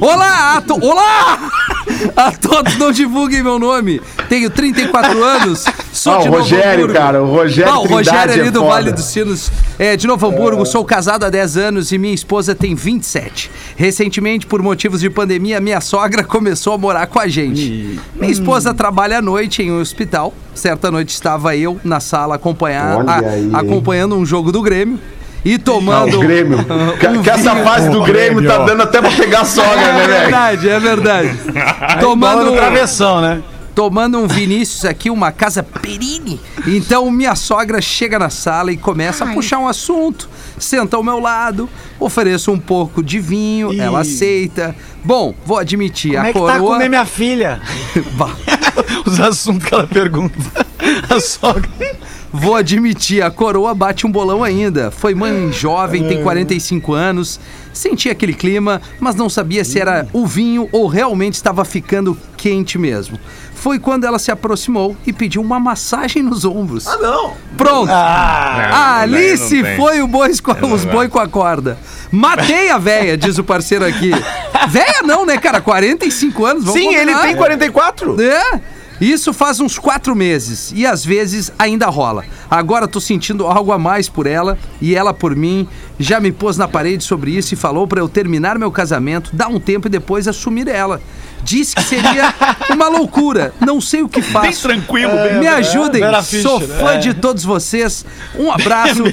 [SPEAKER 3] Olá, a to- Olá! A todos não divulguem meu nome. Tenho 34 anos. Sou
[SPEAKER 4] Ah, o
[SPEAKER 3] de Novo
[SPEAKER 4] Rogério,
[SPEAKER 3] Hamburgo.
[SPEAKER 4] cara, o Rogério
[SPEAKER 3] Ah, o Rogério
[SPEAKER 4] Trindade
[SPEAKER 3] ali
[SPEAKER 4] é
[SPEAKER 3] do
[SPEAKER 4] foda.
[SPEAKER 3] Vale dos Sinos. É, de Novo Hamburgo, sou casado há 10 anos e minha esposa tem 27. Recentemente, por motivos de pandemia, minha sogra começou a morar com a gente. Minha
[SPEAKER 4] Hum.
[SPEAKER 3] esposa trabalha à noite em um hospital. Certa noite estava eu na sala acompanhar,
[SPEAKER 4] Olha
[SPEAKER 3] a-
[SPEAKER 4] aí, hein?
[SPEAKER 3] acompanhando um jogo do Grêmio. E
[SPEAKER 4] Ah,
[SPEAKER 3] tomando.
[SPEAKER 4] o Grêmio. Que, que essa fase do Grêmio tá dando até pra pegar a sogra, né,
[SPEAKER 3] É
[SPEAKER 4] velho?
[SPEAKER 3] verdade, é verdade.
[SPEAKER 7] Bola
[SPEAKER 3] tomando,
[SPEAKER 7] no travessão, né?
[SPEAKER 3] tomando um Vinícius aqui, uma casa perine. Então minha sogra chega na sala e começa a puxar um assunto. Senta ao meu lado, ofereço um pouco de vinho, ela aceita. Bom, vou admitir,
[SPEAKER 7] Como
[SPEAKER 3] a
[SPEAKER 7] é que tá
[SPEAKER 3] coroa.
[SPEAKER 7] comer minha filha?
[SPEAKER 3] Bah,
[SPEAKER 7] Os assuntos que ela pergunta. A sogra.
[SPEAKER 3] Vou admitir, a coroa bate um bolão ainda. Foi mãe jovem, tem 45 anos. Senti aquele clima, mas não sabia se era o vinho ou realmente estava ficando quente mesmo. Foi quando ela se aproximou e pediu uma massagem nos ombros. Ah, não! Pronto!
[SPEAKER 6] Ah, Né?
[SPEAKER 3] Ali se Ah, foi o boi com, os boi com a corda. Matei a véia, diz o parceiro aqui. Véia não, né, cara? 45 anos, vamos
[SPEAKER 1] Sim, ele
[SPEAKER 3] combinar.
[SPEAKER 1] tem 44.
[SPEAKER 3] É? Isso faz uns quatro meses e às vezes ainda rola. Agora tô sentindo algo a mais por ela e ela por mim. Já me pôs na parede sobre isso e falou pra eu terminar meu casamento, dar um tempo e depois assumir ela. Disse que seria uma loucura. Não sei o que faço. É,
[SPEAKER 5] Bem tranquilo, bem
[SPEAKER 3] Me ajudem.
[SPEAKER 7] Vera Fischer,
[SPEAKER 5] né?
[SPEAKER 3] Sou fã
[SPEAKER 7] é.
[SPEAKER 3] de todos vocês. Um abraço.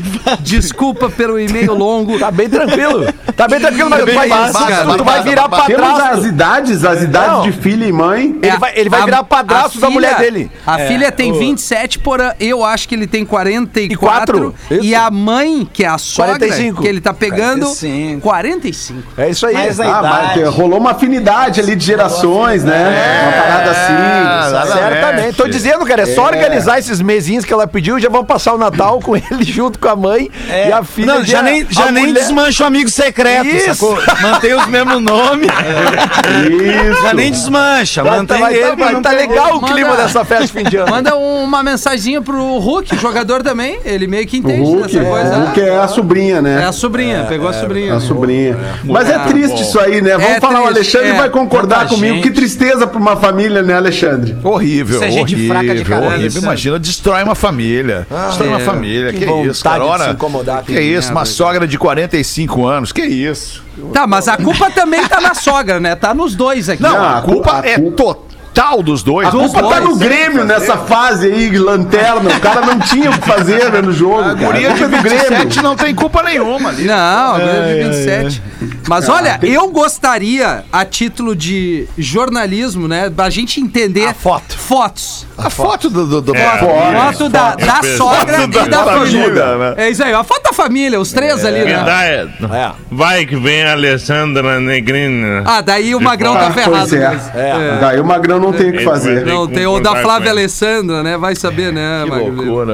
[SPEAKER 3] Desculpa pelo e-mail longo.
[SPEAKER 1] Tá bem tranquilo. Tá bem tranquilo, mas tu
[SPEAKER 3] Tá bem
[SPEAKER 1] vai,
[SPEAKER 3] fácil,
[SPEAKER 1] tu
[SPEAKER 3] cara.
[SPEAKER 1] vai virar pra
[SPEAKER 4] Temos
[SPEAKER 1] trás.
[SPEAKER 4] as idades, as idades
[SPEAKER 1] Não.
[SPEAKER 4] de filha e mãe.
[SPEAKER 1] Ele vai- ele vai virar padrasto
[SPEAKER 3] É, a
[SPEAKER 1] da mulher dele.
[SPEAKER 3] A
[SPEAKER 7] É,
[SPEAKER 3] filha tem
[SPEAKER 7] o-
[SPEAKER 3] 27, porã, eu acho que ele tem 44.
[SPEAKER 1] Quatro,
[SPEAKER 3] E
[SPEAKER 1] isso.
[SPEAKER 3] a mãe, que é a sogra,
[SPEAKER 1] 45.
[SPEAKER 3] que ele tá pegando,
[SPEAKER 7] 45.
[SPEAKER 3] 45.
[SPEAKER 1] É isso aí.
[SPEAKER 7] Mas a
[SPEAKER 4] Ah, mas
[SPEAKER 7] idade.
[SPEAKER 4] tem- rolou uma afinidade ali de gerações, né? uma parada assim.
[SPEAKER 7] Tá
[SPEAKER 5] nada
[SPEAKER 4] sabe?
[SPEAKER 1] Certamente. Tô dizendo, cara, é só organizar esses mesinhos que ela pediu e já vão passar o Natal com ele junto com a mãe e a filha.
[SPEAKER 7] É. Não, já nem, já nem desmancha o amigo secreto,
[SPEAKER 1] Isso.
[SPEAKER 7] sacou? Mantém os mesmos nomes.
[SPEAKER 3] É,
[SPEAKER 4] Isso.
[SPEAKER 7] Já nem desmancha,
[SPEAKER 1] Vai, tá,
[SPEAKER 7] mantém
[SPEAKER 1] vai,
[SPEAKER 7] ele.
[SPEAKER 1] tá, vai,
[SPEAKER 7] não
[SPEAKER 1] tá
[SPEAKER 7] tem-
[SPEAKER 1] legal o
[SPEAKER 3] Manda-
[SPEAKER 1] clima dessa festa de fim de ano.
[SPEAKER 3] Manda uma mensagenzinha pro Hulk, jogador também. Ele meio que
[SPEAKER 4] O
[SPEAKER 3] entende
[SPEAKER 4] Hulk,
[SPEAKER 3] dessa coisa.
[SPEAKER 4] o Hulk é a sobrinha,
[SPEAKER 3] É
[SPEAKER 4] né?
[SPEAKER 3] a sobrinha, pegou a sobrinha.
[SPEAKER 4] A sobrinha. Mas é triste isso aí, né? Vamos
[SPEAKER 3] É
[SPEAKER 4] falar, o
[SPEAKER 3] triste,
[SPEAKER 4] Alexandre
[SPEAKER 3] é.
[SPEAKER 4] vai concordar
[SPEAKER 7] Tanta
[SPEAKER 4] comigo.
[SPEAKER 7] gente.
[SPEAKER 4] Que tristeza pra uma família, né, Alexandre?
[SPEAKER 5] Horrível,
[SPEAKER 7] Isso é gente
[SPEAKER 5] horrível,
[SPEAKER 7] fraca de caralho, é-
[SPEAKER 5] horrível.
[SPEAKER 7] sabe?
[SPEAKER 5] Imagina, destrói uma família. destrói uma família. Que,
[SPEAKER 1] vontade
[SPEAKER 5] isso, cara.
[SPEAKER 1] de
[SPEAKER 5] Ora,
[SPEAKER 1] se incomodar,
[SPEAKER 5] que
[SPEAKER 1] filho de
[SPEAKER 5] isso, uma sogra de 45 anos. Que isso.
[SPEAKER 3] Tá, mas a culpa também tá na sogra, né? Tá nos dois aqui.
[SPEAKER 5] Não,
[SPEAKER 4] Não,
[SPEAKER 5] a
[SPEAKER 4] a
[SPEAKER 5] culpa
[SPEAKER 4] culpa-
[SPEAKER 5] é
[SPEAKER 4] a culpa-
[SPEAKER 5] total dos dois.
[SPEAKER 4] A culpa tá no Grêmio nessa fase aí, lanterna. O cara não tinha o que fazer né, no jogo. cara. A
[SPEAKER 5] Guria
[SPEAKER 4] culpa
[SPEAKER 5] de
[SPEAKER 4] é do Grêmio.
[SPEAKER 5] 27 não tem culpa nenhuma ali.
[SPEAKER 3] Não, agora é de 27. Mas
[SPEAKER 1] Ah,
[SPEAKER 3] olha, eu gostaria, a título de jornalismo, né? Da gente entender.
[SPEAKER 1] A foto.
[SPEAKER 3] Fotos.
[SPEAKER 5] A foto do... do, do
[SPEAKER 6] É.
[SPEAKER 4] Fora.
[SPEAKER 3] Foto da, da
[SPEAKER 6] Eu
[SPEAKER 3] sogra e
[SPEAKER 5] penso.
[SPEAKER 3] da,
[SPEAKER 5] Foto da
[SPEAKER 3] família.
[SPEAKER 5] família, né?
[SPEAKER 3] É isso aí, a foto da família, os três ali,
[SPEAKER 6] Que
[SPEAKER 3] né?
[SPEAKER 6] dá é- Vai que vem a Alessandra Negrini.
[SPEAKER 3] Ah, daí o Magrão tá
[SPEAKER 4] Ah,
[SPEAKER 3] ferrado.
[SPEAKER 4] pois é.
[SPEAKER 3] né?
[SPEAKER 4] Daí o Magrão eu não tenho o que fazer.
[SPEAKER 6] Tem
[SPEAKER 3] Não,
[SPEAKER 6] que
[SPEAKER 3] tem o
[SPEAKER 6] concordar
[SPEAKER 3] da
[SPEAKER 6] com
[SPEAKER 3] Flávia
[SPEAKER 6] ela.
[SPEAKER 3] Alessandra, né? Vai saber, né,
[SPEAKER 1] Que
[SPEAKER 3] Magro?
[SPEAKER 1] loucura.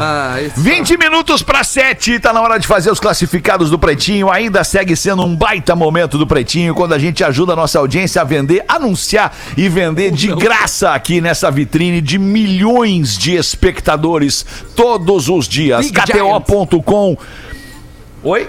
[SPEAKER 3] Ah, esse-
[SPEAKER 1] 20 minutos para 7, tá na hora de fazer os classificados do Pretinho. Ainda segue sendo um baita momento do Pretinho quando a gente ajuda a nossa audiência a vender, anunciar e vender de graça aqui nessa vitrine de milhões de espectadores todos os dias.
[SPEAKER 3] Big Giants.
[SPEAKER 1] KTO.com. Oi?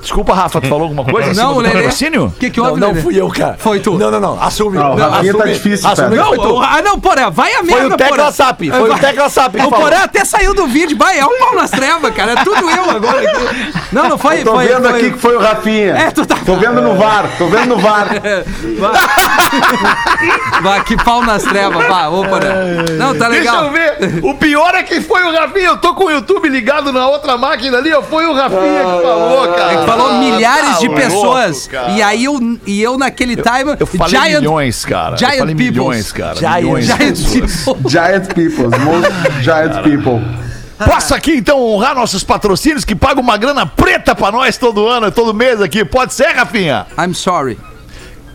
[SPEAKER 1] Desculpa, Rafa, tu falou alguma coisa? em cima
[SPEAKER 3] Não,
[SPEAKER 1] do
[SPEAKER 3] o Lelê.
[SPEAKER 1] patrocínio?
[SPEAKER 3] O que, que
[SPEAKER 9] Não,
[SPEAKER 3] houve,
[SPEAKER 9] não
[SPEAKER 3] Lelê?
[SPEAKER 9] fui eu, cara.
[SPEAKER 3] Foi tu.
[SPEAKER 9] Não, não, não. Assume.
[SPEAKER 4] Não, o Rafinha tá difícil,
[SPEAKER 9] assume
[SPEAKER 4] cara.
[SPEAKER 9] que
[SPEAKER 3] Não,
[SPEAKER 9] foi tu.
[SPEAKER 3] o- ah, não, Porã, vai a merda,
[SPEAKER 9] o Tecla Sap, foi o Tecla Sap que
[SPEAKER 3] O
[SPEAKER 9] falou.
[SPEAKER 3] Porã até saiu do vídeo, vai, é um pau nas trevas, cara, é tudo eu agora aqui. Não, não foi,
[SPEAKER 4] Tô
[SPEAKER 3] foi,
[SPEAKER 4] vendo
[SPEAKER 3] foi-
[SPEAKER 4] aqui que foi o Rafinha.
[SPEAKER 3] É, tu tá- É.
[SPEAKER 4] Tô vendo no VAR, tô vendo no VAR.
[SPEAKER 3] Vai, que pau nas trevas, vá, ô Porã. Não, tá
[SPEAKER 1] Deixa eu
[SPEAKER 3] legal.
[SPEAKER 1] ver. O pior é que foi o Rafinha. Eu tô com o YouTube ligado na outra máquina ali. ó. Foi o Rafinha que falou, cara.
[SPEAKER 3] É Falou
[SPEAKER 1] Ah,
[SPEAKER 3] milhares
[SPEAKER 1] tá
[SPEAKER 3] de
[SPEAKER 1] louco,
[SPEAKER 3] pessoas.
[SPEAKER 1] cara.
[SPEAKER 3] e aí eu, e eu naquele time.
[SPEAKER 1] Eu falei milhões, cara. eu
[SPEAKER 3] Giant
[SPEAKER 1] falei
[SPEAKER 3] peoples.
[SPEAKER 1] milhões, cara.
[SPEAKER 9] Giant-
[SPEAKER 1] Milhões de
[SPEAKER 3] Giant
[SPEAKER 1] pessoas.
[SPEAKER 3] people.
[SPEAKER 4] Giant people, most giant people.
[SPEAKER 1] Posso aqui, então, honrar nossos patrocínios que pagam uma grana preta pra nós todo ano, todo mês aqui. Pode ser, Rafinha?
[SPEAKER 3] I'm sorry.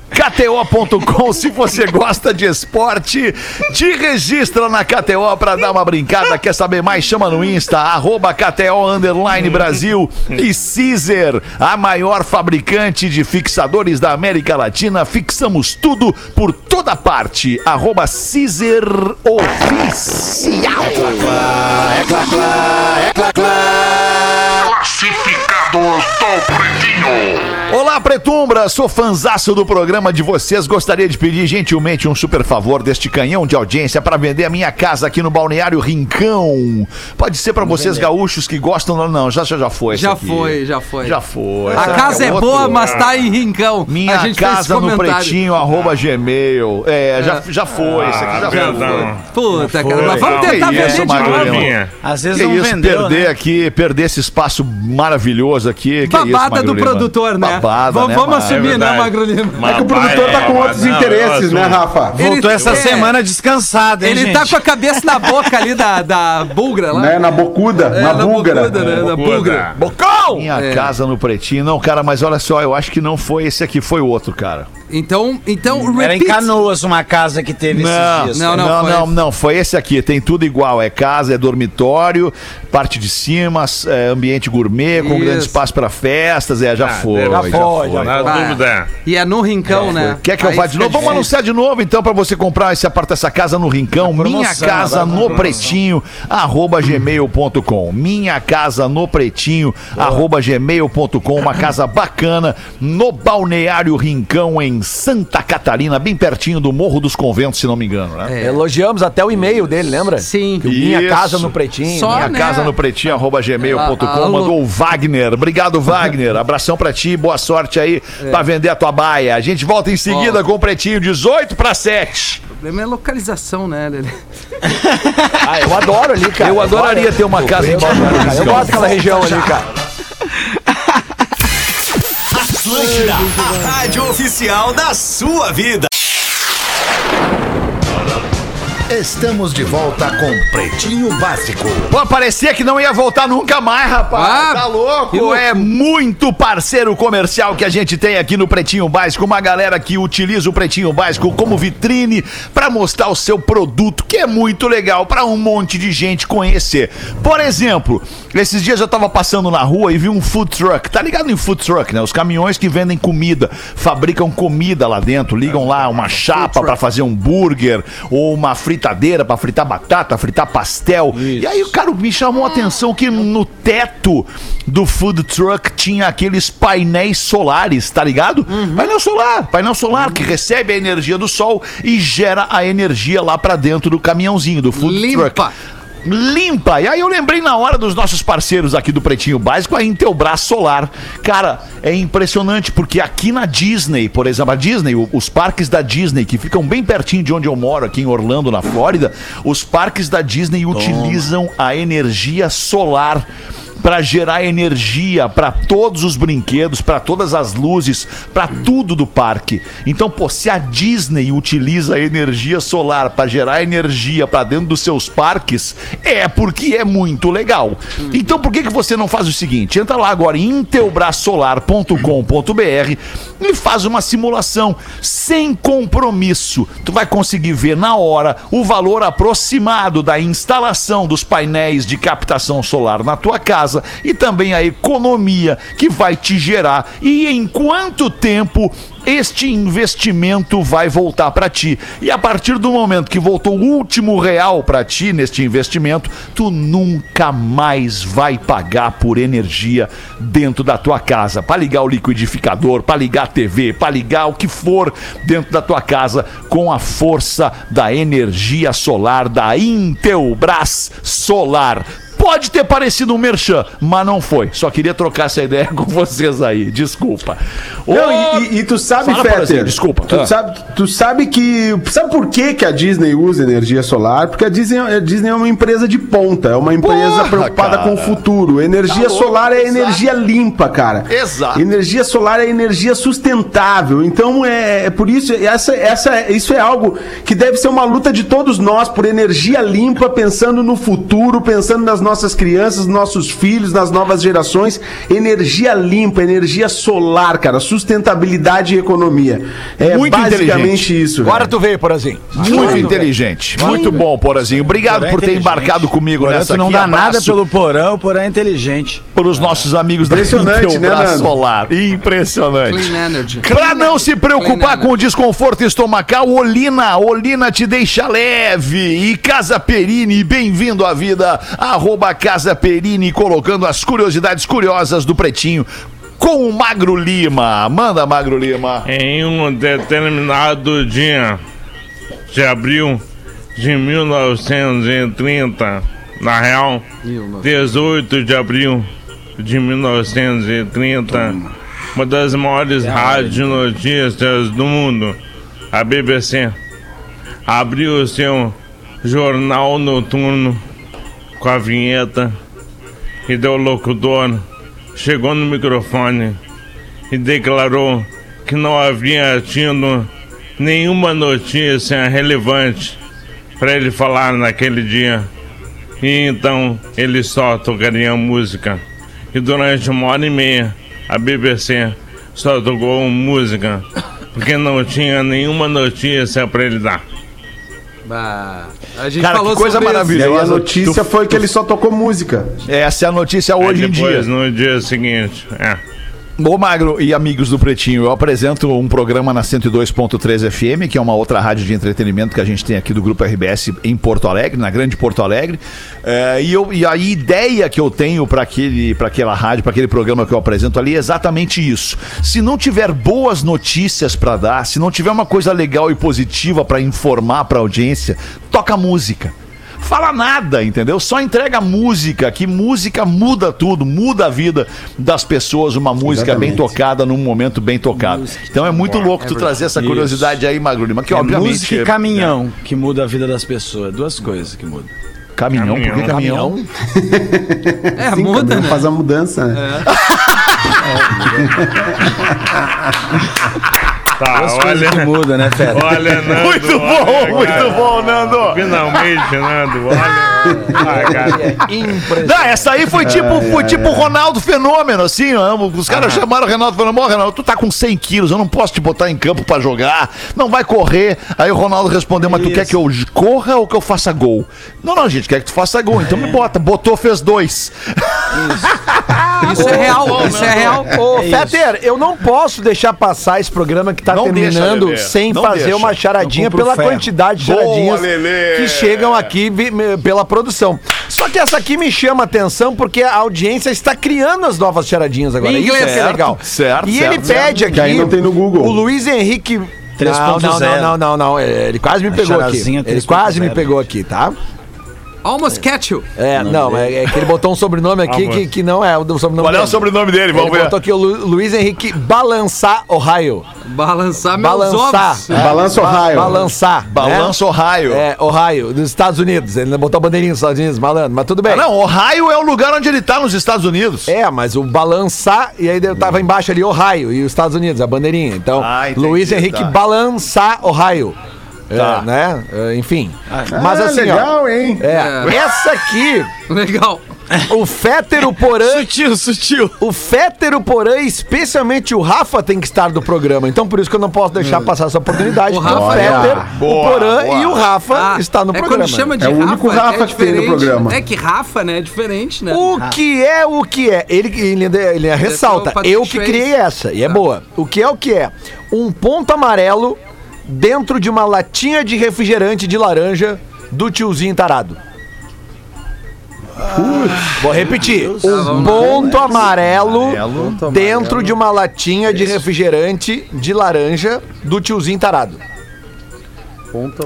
[SPEAKER 1] KTO.com, se você gosta de esporte, te registra na KTO pra dar uma brincada. Quer saber mais? Chama no Insta, arroba KTO Underline Brasil e Caesar, a maior fabricante de fixadores da América Latina. Fixamos tudo por toda parte. Arroba Caesar Oficial. Olá, Pretumbra! Sou fanzaço do programa de vocês. Gostaria de pedir gentilmente um super favor deste canhão de audiência para vender a minha casa aqui no Balneário Rincão. Pode ser para vocês gaúchos que gostam. Não, já, já, já foi.
[SPEAKER 3] Já
[SPEAKER 1] isso aqui. é.
[SPEAKER 3] foi, já foi.
[SPEAKER 1] Já foi.
[SPEAKER 3] A casa é
[SPEAKER 1] Outro.
[SPEAKER 3] boa, mas tá em rincão.
[SPEAKER 1] Minha
[SPEAKER 3] a gente fez esse
[SPEAKER 1] casa no
[SPEAKER 3] comentário. Ah.
[SPEAKER 1] pretinho, arroba gmail. É, já, já foi. Isso aqui já
[SPEAKER 6] Ah, então,
[SPEAKER 1] foi.
[SPEAKER 6] perdão.
[SPEAKER 3] Puta, cara, mas
[SPEAKER 1] Foi.
[SPEAKER 3] vamos tentar
[SPEAKER 1] Que isso,
[SPEAKER 3] vender de
[SPEAKER 1] Magro
[SPEAKER 3] novo.
[SPEAKER 1] Lima.
[SPEAKER 6] Rafinha.
[SPEAKER 7] Às vezes
[SPEAKER 1] Que
[SPEAKER 7] não
[SPEAKER 1] isso,
[SPEAKER 7] vendeu,
[SPEAKER 1] perder
[SPEAKER 7] né?
[SPEAKER 1] aqui, perder esse espaço maravilhoso aqui. Que isso,
[SPEAKER 3] Babada
[SPEAKER 1] Magro
[SPEAKER 3] do
[SPEAKER 1] Lima?
[SPEAKER 3] produtor, né?
[SPEAKER 1] Babada,
[SPEAKER 3] vamos
[SPEAKER 1] né,
[SPEAKER 3] vamos
[SPEAKER 1] Magro?
[SPEAKER 3] assumir, né,
[SPEAKER 6] verdade.
[SPEAKER 3] Magro Lima?
[SPEAKER 6] Mas
[SPEAKER 4] É que o produtor tá com outros interesses, né, Rafa?
[SPEAKER 7] Voltou essa
[SPEAKER 3] é,
[SPEAKER 7] semana
[SPEAKER 1] né,
[SPEAKER 7] descansado, hein,
[SPEAKER 3] Ele
[SPEAKER 7] gente?
[SPEAKER 3] tá com a cabeça na boca ali da, da búlgara lá.
[SPEAKER 4] Né, na bocuda,
[SPEAKER 3] É,
[SPEAKER 4] na búlgara.
[SPEAKER 3] bocuda, né, na búlgara.
[SPEAKER 6] Bom,
[SPEAKER 1] Minha
[SPEAKER 3] É.
[SPEAKER 1] casa no pretinho. Não, cara, mas olha só, eu acho que não foi esse aqui, foi o outro, cara.
[SPEAKER 3] Então, então,
[SPEAKER 7] Era em
[SPEAKER 3] repeat.
[SPEAKER 7] Canoas uma casa que teve esses dias.
[SPEAKER 3] Não, não,
[SPEAKER 1] não,
[SPEAKER 3] foi
[SPEAKER 1] não,
[SPEAKER 3] esse.
[SPEAKER 1] não, foi esse aqui. Tem tudo igual. É casa, é dormitório, parte de cima, s- é ambiente gourmet, com grande
[SPEAKER 3] Isso.
[SPEAKER 1] espaço pra festas. É, já foi.
[SPEAKER 6] deve-
[SPEAKER 1] Já
[SPEAKER 6] já
[SPEAKER 1] foi. já
[SPEAKER 6] Na
[SPEAKER 3] Vai.
[SPEAKER 6] dúvida.
[SPEAKER 3] E é no rincão, né?
[SPEAKER 1] Quer que eu
[SPEAKER 3] Aí
[SPEAKER 1] vá de
[SPEAKER 3] fica
[SPEAKER 1] novo? Vamos
[SPEAKER 3] difícil.
[SPEAKER 1] anunciar de novo, então, pra você comprar esse aparta essa casa no Rincão. minha casa no pretinho, arroba gmail.com. Minha casa no pretinho, arroba gmail.com. Uma casa bacana no Balneário Rincão, em Santa Catarina, bem pertinho do Morro dos Conventos, se não me engano,
[SPEAKER 3] É.
[SPEAKER 1] né?
[SPEAKER 9] Elogiamos até o e-mail dele, lembra?
[SPEAKER 3] Sim.
[SPEAKER 9] Que o Minha
[SPEAKER 1] Isso.
[SPEAKER 9] Casa no Pretinho.
[SPEAKER 3] Só-
[SPEAKER 1] Minha
[SPEAKER 3] né?
[SPEAKER 1] casa no pretinho, arroba
[SPEAKER 3] Ah, alô.
[SPEAKER 1] gmail.com. Mandou o Wagner. Obrigado, Wagner. Abração pra ti, boa sorte aí pra vender a tua baia. A gente volta em seguida
[SPEAKER 3] É. Ó.
[SPEAKER 1] com o pretinho 18 pra 7.
[SPEAKER 3] O problema é localização, né, Lelê?
[SPEAKER 9] Ah, eu adoro ali, cara.
[SPEAKER 1] Eu adoraria ter uma casa em Balneário
[SPEAKER 9] Cara, eu
[SPEAKER 1] Rincão.
[SPEAKER 9] gosto daquela região ali, cara.
[SPEAKER 10] Estamos de volta com Pretinho Básico.
[SPEAKER 1] Pô, parecia que não ia voltar nunca mais, rapaz.
[SPEAKER 3] Ah,
[SPEAKER 1] tá
[SPEAKER 3] que
[SPEAKER 1] louco?
[SPEAKER 3] louco.
[SPEAKER 1] É muito parceiro comercial que a gente tem aqui no Pretinho Básico. Uma galera que utiliza o Pretinho Básico como vitrine pra mostrar o seu produto, que é muito legal pra um monte de gente conhecer. Por exemplo, esses dias eu tava passando na rua e vi um food truck. Tá ligado em food truck, né? Os caminhões que vendem comida, fabricam comida lá dentro, ligam lá uma chapa pra fazer um burger ou uma fritadeira pra fritar batata, fritar pastel. E aí o cara me chamou a atenção que no teto do food truck tinha aqueles painéis solares, tá ligado? Painel solar, painel solar que recebe a energia do sol e gera a energia lá pra dentro do caminhãozinho do food
[SPEAKER 3] Limpa.
[SPEAKER 1] truck limpa. E aí eu lembrei na hora dos nossos parceiros aqui do Pretinho Básico, a Intelbras Solar. Cara, é impressionante, porque aqui na Disney, por exemplo, a Disney, o- os parques da Disney, que ficam bem pertinho de onde eu moro, aqui em Orlando, na Flórida, os parques da Disney utilizam a energia solar para gerar energia para todos os brinquedos, para todas as luzes, para tudo do parque. Então, pô, se a Disney utiliza a energia solar para gerar energia para dentro dos seus parques, é porque é muito legal. Então, por que, que você não faz o seguinte? Entra lá agora em teubrasolar.com.br e faz uma simulação sem compromisso. Tu vai conseguir ver na hora o valor aproximado da instalação dos painéis de captação solar na tua casa e também a economia que vai te gerar e em quanto tempo este investimento vai voltar para ti. E a partir do momento que voltou o último real para ti neste investimento, tu nunca mais vai pagar por energia dentro da tua casa, para ligar o liquidificador, para ligar a TV, para ligar o que for dentro da tua casa com a força da energia solar da Intelbras Solar. Pode ter parecido um merchan, mas não foi. Só queria trocar essa ideia com vocês aí. Desculpa.
[SPEAKER 4] Não,
[SPEAKER 1] Ô,
[SPEAKER 4] e, e- e tu sabe,
[SPEAKER 1] Fala,
[SPEAKER 4] Fetter,
[SPEAKER 1] Porazinho, desculpa.
[SPEAKER 4] Tu,
[SPEAKER 1] Ah.
[SPEAKER 4] sabe, tu sabe que. Sabe por que, que a Disney usa energia solar? Porque a Disney, a Disney é uma empresa de ponta, é uma empresa
[SPEAKER 1] Porra,
[SPEAKER 4] preocupada
[SPEAKER 1] cara.
[SPEAKER 4] com o futuro. Energia
[SPEAKER 1] Tá louco,
[SPEAKER 4] solar é
[SPEAKER 1] exato.
[SPEAKER 4] energia limpa, cara.
[SPEAKER 1] Exato.
[SPEAKER 4] Energia solar é energia sustentável. Então é, é por isso, essa, essa, isso é algo que deve ser uma luta de todos nós por energia limpa, pensando no futuro, pensando nas nossas crianças, nossos filhos, nas novas gerações. Energia limpa, energia solar, cara. Sustentabilidade e economia. É
[SPEAKER 1] Muito
[SPEAKER 4] basicamente
[SPEAKER 1] inteligente.
[SPEAKER 4] isso.
[SPEAKER 8] Agora
[SPEAKER 4] velho.
[SPEAKER 8] tu veio, Porazinho.
[SPEAKER 1] Muito inteligente. Muito bom, Porazinho. Obrigado
[SPEAKER 7] Porã
[SPEAKER 1] por ter
[SPEAKER 7] é inteligente.
[SPEAKER 1] embarcado comigo
[SPEAKER 7] Porã,
[SPEAKER 1] nessa
[SPEAKER 7] tu não
[SPEAKER 1] aqui.
[SPEAKER 7] dá nada
[SPEAKER 1] Abraço
[SPEAKER 7] pelo porão, porém é inteligente.
[SPEAKER 1] para os nossos amigos da
[SPEAKER 4] Impressionante, né,
[SPEAKER 1] Intelbras
[SPEAKER 4] Nando?
[SPEAKER 1] Solar. Impressionante.
[SPEAKER 3] Clean Energy.
[SPEAKER 1] Pra não se preocupar com o desconforto estomacal, Olina, Olina te deixa leve. E Casa Perini, bem-vindo à vida. Arroba Casa Perini, colocando as curiosidades curiosas do Pretinho com o Magro Lima. Manda, Magro Lima.
[SPEAKER 6] Em um determinado dia de abril de 1930, na real, 18 de abril de 1930, uma das maiores rádio notícias do mundo, a BBC, abriu seu jornal noturno com a vinheta e deu locutor, chegou no microfone e declarou que não havia tido nenhuma notícia relevante para ele falar naquele dia. E então ele só tocaria música. E durante uma hora e meia a BBC só tocou música, porque não tinha nenhuma notícia para ele dar.
[SPEAKER 3] Ah, a gente
[SPEAKER 1] Cara,
[SPEAKER 3] falou
[SPEAKER 1] que coisa
[SPEAKER 3] sobre isso.
[SPEAKER 4] É, E aí a
[SPEAKER 1] maravilhosa.
[SPEAKER 4] notícia
[SPEAKER 1] Tu-
[SPEAKER 4] foi que ele só tocou música.
[SPEAKER 1] Essa é a notícia
[SPEAKER 6] Aí
[SPEAKER 1] hoje em dia.
[SPEAKER 6] depois, no dia seguinte, é.
[SPEAKER 1] Ô Magro e amigos do Pretinho, eu apresento um programa na 102.3 FM, que é uma outra rádio de entretenimento que a gente tem aqui do Grupo RBS em Porto Alegre, na Grande Porto Alegre. É, e, eu- e a ideia que eu tenho para aquela rádio, para aquele programa que eu apresento ali é exatamente isso. Se não tiver boas notícias para dar, se não tiver uma coisa legal e positiva para informar para audiência, toca música fala nada, entendeu? Só entrega música, que música muda tudo, muda a vida das pessoas, uma música bem tocada num momento bem tocado. Então é muito louco tu trazer essa curiosidade aí, Magro Lima, que
[SPEAKER 7] É
[SPEAKER 1] obviamente
[SPEAKER 7] música
[SPEAKER 1] é-
[SPEAKER 7] e caminhão que muda a vida das pessoas. Duas coisas que mudam.
[SPEAKER 1] Caminhão, por que
[SPEAKER 6] Caminhão.
[SPEAKER 1] caminhão?
[SPEAKER 3] É,
[SPEAKER 4] Sim,
[SPEAKER 3] muda,
[SPEAKER 4] cara,
[SPEAKER 3] né?
[SPEAKER 4] Faz a mudança, né?
[SPEAKER 6] Tá, olha,
[SPEAKER 7] Que muda, né, Fera?
[SPEAKER 6] olha, Nando,
[SPEAKER 1] Muito
[SPEAKER 6] olha,
[SPEAKER 1] bom,
[SPEAKER 6] cara.
[SPEAKER 1] muito bom, Nando.
[SPEAKER 6] Finalmente, Nando, olha. Ah, cara.
[SPEAKER 1] Não, essa aí foi tipo, foi tipo Ronaldo Fenômeno, assim, ó. os caras chamaram o Ronaldo Fenômeno, "Ó, Ronaldo, tu tá com 100 quilos, eu não posso te botar em campo pra jogar, não vai correr. Aí o Ronaldo respondeu, mas tu quer que eu corra ou que eu faça gol? Não, não, gente, quer que tu faça gol, então me bota. Botou, fez dois.
[SPEAKER 3] Isso é real,
[SPEAKER 8] né?
[SPEAKER 3] isso é real.
[SPEAKER 8] Ô, Fetter, eu não posso deixar passar esse programa que tá
[SPEAKER 1] Não deixa,
[SPEAKER 8] terminando
[SPEAKER 1] Lelê.
[SPEAKER 8] sem
[SPEAKER 1] Não
[SPEAKER 8] fazer
[SPEAKER 1] deixa.
[SPEAKER 8] uma charadinha
[SPEAKER 7] Não compra o
[SPEAKER 8] pela
[SPEAKER 7] ferro.
[SPEAKER 8] quantidade de
[SPEAKER 1] Boa,
[SPEAKER 8] charadinhas
[SPEAKER 1] Lelê.
[SPEAKER 8] que chegam aqui vi- me- pela produção. Só que essa aqui me chama atenção porque a audiência está criando as novas charadinhas agora.
[SPEAKER 3] Sim,
[SPEAKER 8] Isso é
[SPEAKER 1] certo,
[SPEAKER 8] legal.
[SPEAKER 1] certo,
[SPEAKER 8] e
[SPEAKER 1] certo,
[SPEAKER 8] ele
[SPEAKER 1] certo.
[SPEAKER 8] pede aqui.
[SPEAKER 4] Que ainda tem no Google.
[SPEAKER 8] O Luiz Henrique.
[SPEAKER 7] 3.0.
[SPEAKER 8] Não, não, não, não, não, não. Ele É, quase me pegou aqui.
[SPEAKER 7] charazinha
[SPEAKER 8] Ele quase me
[SPEAKER 7] 3.0,
[SPEAKER 8] pegou aqui, tá?
[SPEAKER 3] Almost catch you.
[SPEAKER 8] É, não, é, é que ele botou um sobrenome aqui que, que não é o do sobrenome
[SPEAKER 1] Qual é o
[SPEAKER 8] dele.
[SPEAKER 1] sobrenome dele? Vamos
[SPEAKER 8] Ele
[SPEAKER 1] ver.
[SPEAKER 8] botou aqui o Lu- Luiz Henrique Balançar Ohio.
[SPEAKER 3] Balançar meus
[SPEAKER 8] Balançar.
[SPEAKER 3] ovos.
[SPEAKER 8] é,
[SPEAKER 4] Balança
[SPEAKER 8] ba-
[SPEAKER 4] Ohio.
[SPEAKER 8] Balançar.
[SPEAKER 1] Balança
[SPEAKER 8] né?
[SPEAKER 1] Ohio.
[SPEAKER 8] É, Ohio, dos Estados Unidos. Ele botou a bandeirinha dos Estados Unidos, malandro, mas tudo bem.
[SPEAKER 1] Ah, Não, Ohio é o lugar onde ele tá nos Estados Unidos.
[SPEAKER 8] É, mas o balançar, e aí eu tava embaixo ali, Ohio, e os Estados Unidos, a bandeirinha. Então,
[SPEAKER 1] Ah, entendi,
[SPEAKER 8] Luiz Henrique
[SPEAKER 1] tá.
[SPEAKER 8] balançar Ohio.
[SPEAKER 1] Tá. Ah, é
[SPEAKER 8] É, né? É, enfim. Mas
[SPEAKER 4] Mas
[SPEAKER 8] assim, ó.
[SPEAKER 4] legal, hein?
[SPEAKER 8] É,
[SPEAKER 3] É.
[SPEAKER 8] Essa aqui,
[SPEAKER 3] Legal.
[SPEAKER 8] o Fétero Porã.
[SPEAKER 7] Sutil, sutil.
[SPEAKER 8] O Fétero Porã, especialmente o Rafa, tem que estar do programa. Então, por isso que eu não posso deixar passar essa oportunidade.
[SPEAKER 3] Hum. O
[SPEAKER 8] porque
[SPEAKER 3] Rafa-
[SPEAKER 8] Fétero,
[SPEAKER 1] Boa,
[SPEAKER 8] o Porã
[SPEAKER 1] boa.
[SPEAKER 8] e o Rafa está no
[SPEAKER 3] é
[SPEAKER 8] programa.
[SPEAKER 3] Quando chama de
[SPEAKER 4] É o
[SPEAKER 3] Rafa,
[SPEAKER 4] único Rafa que tem no
[SPEAKER 3] diferente.
[SPEAKER 4] programa.
[SPEAKER 3] É que Rafa, né? É diferente, né?
[SPEAKER 8] O que é o que é? Ele, ele, ainda- ele ainda ressalta.
[SPEAKER 3] é Patrick
[SPEAKER 8] Eu que
[SPEAKER 3] Swayze. Tá.
[SPEAKER 8] criei essa. E é boa. O que é o que é? Um ponto amarelo dentro de uma latinha de refrigerante de laranja do tiozinho tarado. Vou repetir. Um ponto amarelo dentro de uma latinha de refrigerante de laranja do tiozinho tarado.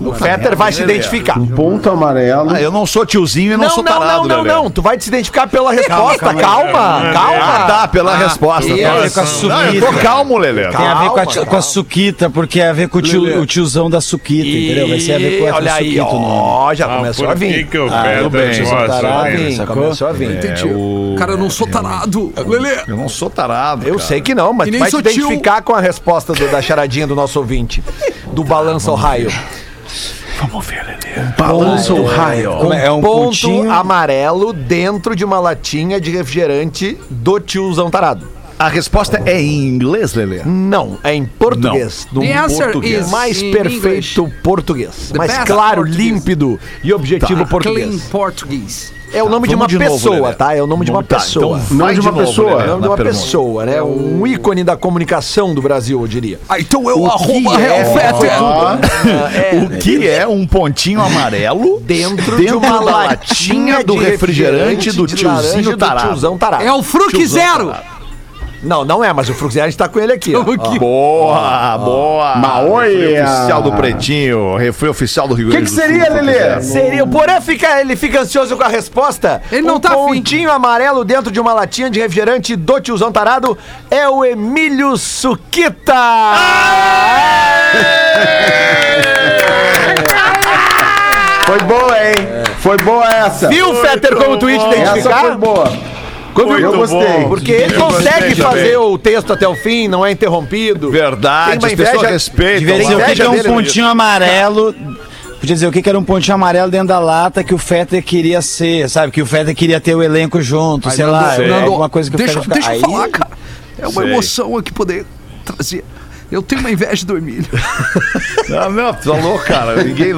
[SPEAKER 8] O Fetter vai se identificar.
[SPEAKER 4] Um ponto amarelo.
[SPEAKER 1] Ah, eu não sou tiozinho e não,
[SPEAKER 8] Não,
[SPEAKER 1] sou
[SPEAKER 8] não,
[SPEAKER 1] tarado,
[SPEAKER 8] não, não,
[SPEAKER 1] Lelê.
[SPEAKER 8] não. Tu vai te identificar pela resposta. Calma,
[SPEAKER 6] Lelê.
[SPEAKER 8] calma.
[SPEAKER 1] Ah, tá, pela resposta.
[SPEAKER 7] Tem a
[SPEAKER 1] tá.
[SPEAKER 7] ver com a
[SPEAKER 1] Não, eu tô
[SPEAKER 7] suquita.
[SPEAKER 1] calmo, Lelê.
[SPEAKER 7] Tem a ver com a,
[SPEAKER 8] Calma,
[SPEAKER 7] ti- com a suquita, porque é a ver com o, tio- o tiozão da suquita, entendeu? Vai ser a ver com a
[SPEAKER 8] Olha aí,
[SPEAKER 7] suquita o nome.
[SPEAKER 8] ó, já
[SPEAKER 6] Ah,
[SPEAKER 8] começou
[SPEAKER 6] por
[SPEAKER 8] a vir.
[SPEAKER 6] que que o
[SPEAKER 1] tudo
[SPEAKER 6] Pedro
[SPEAKER 1] bem,
[SPEAKER 6] gosta
[SPEAKER 1] sou tarado,
[SPEAKER 6] dele?
[SPEAKER 8] Sim,
[SPEAKER 7] sacou?
[SPEAKER 8] começou a vir.
[SPEAKER 1] É, o- É
[SPEAKER 3] Cara, eu não sou tarado. Lelê.
[SPEAKER 1] Eu não sou tarado.
[SPEAKER 8] Eu
[SPEAKER 1] cara.
[SPEAKER 8] sei que não, mas
[SPEAKER 3] E
[SPEAKER 8] tu
[SPEAKER 3] nem
[SPEAKER 8] vai te
[SPEAKER 3] sou tio.
[SPEAKER 8] identificar com a resposta do- da charadinha do nosso ouvinte. Do balanço ao raio.
[SPEAKER 4] Balança o raio.
[SPEAKER 7] Como é, é um
[SPEAKER 8] ponto
[SPEAKER 7] pontinho.
[SPEAKER 8] amarelo dentro de uma latinha de refrigerante do tiozão tarado.
[SPEAKER 1] A resposta é em inglês, Lelê.
[SPEAKER 8] Não, é em português. No
[SPEAKER 3] The answer
[SPEAKER 8] português.
[SPEAKER 3] is
[SPEAKER 8] mais
[SPEAKER 3] in
[SPEAKER 8] perfeito português.
[SPEAKER 3] The
[SPEAKER 8] mais
[SPEAKER 3] best
[SPEAKER 8] claro,
[SPEAKER 3] português.
[SPEAKER 8] límpido e objetivo português.
[SPEAKER 3] Clean português.
[SPEAKER 8] É o nome de uma
[SPEAKER 1] Vamos de novo,
[SPEAKER 8] pessoa,
[SPEAKER 1] Lelê.
[SPEAKER 8] tá? É o nome de uma
[SPEAKER 1] Tá,
[SPEAKER 8] pessoa.
[SPEAKER 1] então vai
[SPEAKER 4] Nome de uma
[SPEAKER 1] novo,
[SPEAKER 4] pessoa.
[SPEAKER 1] Lelê,
[SPEAKER 8] É o nome de
[SPEAKER 1] na
[SPEAKER 8] uma
[SPEAKER 1] pergunta.
[SPEAKER 8] pessoa, né? Um ícone da comunicação do Brasil, eu diria.
[SPEAKER 3] Ah, então eu arroba
[SPEAKER 1] que é?
[SPEAKER 4] Ó,
[SPEAKER 1] O que é um pontinho amarelo
[SPEAKER 8] Dentro, de uma
[SPEAKER 1] da
[SPEAKER 8] latinha do refrigerante do tiozinho tarado. tarado.
[SPEAKER 3] É o Fruque Zero.
[SPEAKER 8] Não, não é, mas o Fruxer, a gente tá com ele aqui. ó.
[SPEAKER 3] O que-
[SPEAKER 1] Boa, boa.
[SPEAKER 4] Maoi.
[SPEAKER 1] Refri oficial do Pretinho, refri oficial do Rio
[SPEAKER 4] O que,
[SPEAKER 1] Grande
[SPEAKER 4] que
[SPEAKER 1] do Sul,
[SPEAKER 4] seria,
[SPEAKER 1] Fruque
[SPEAKER 4] Lelê?
[SPEAKER 1] Zero.
[SPEAKER 8] Seria, o Porã fica, ele fica ansioso com a resposta.
[SPEAKER 3] Ele não
[SPEAKER 8] um
[SPEAKER 3] tá afim.
[SPEAKER 8] pontinho amarelo dentro de uma latinha de refrigerante do tiozão tarado é o Emílio Suquita.
[SPEAKER 4] Foi boa, hein? Foi boa essa.
[SPEAKER 8] Viu, Fetter, como o Twitch
[SPEAKER 4] Essa
[SPEAKER 8] identificar?
[SPEAKER 4] foi boa. eu gostei.
[SPEAKER 8] Porque ele
[SPEAKER 1] Eu gostei também.
[SPEAKER 8] consegue fazer o texto até o fim, não é interrompido.
[SPEAKER 1] Verdade,
[SPEAKER 8] Tem uma
[SPEAKER 1] as pessoas
[SPEAKER 8] inveja-
[SPEAKER 1] respeitam.
[SPEAKER 7] Devia dizer o que que é
[SPEAKER 1] Inveja
[SPEAKER 7] um
[SPEAKER 1] dele,
[SPEAKER 7] pontinho amarelo. Podia dizer o que que era um pontinho amarelo dentro da lata que o Fetter queria ser, sabe? Que o Fetter queria ter o elenco junto, sei lá. Alguma coisa que
[SPEAKER 3] deixa,
[SPEAKER 7] o Fetter
[SPEAKER 3] deixa eu
[SPEAKER 7] fica-
[SPEAKER 3] falar,
[SPEAKER 7] Aí-
[SPEAKER 3] cara. É uma
[SPEAKER 1] Sei.
[SPEAKER 3] emoção aqui poder trazer. Eu tenho uma inveja do Emílio.
[SPEAKER 1] Não, não, tá louco, cara. Ninguém.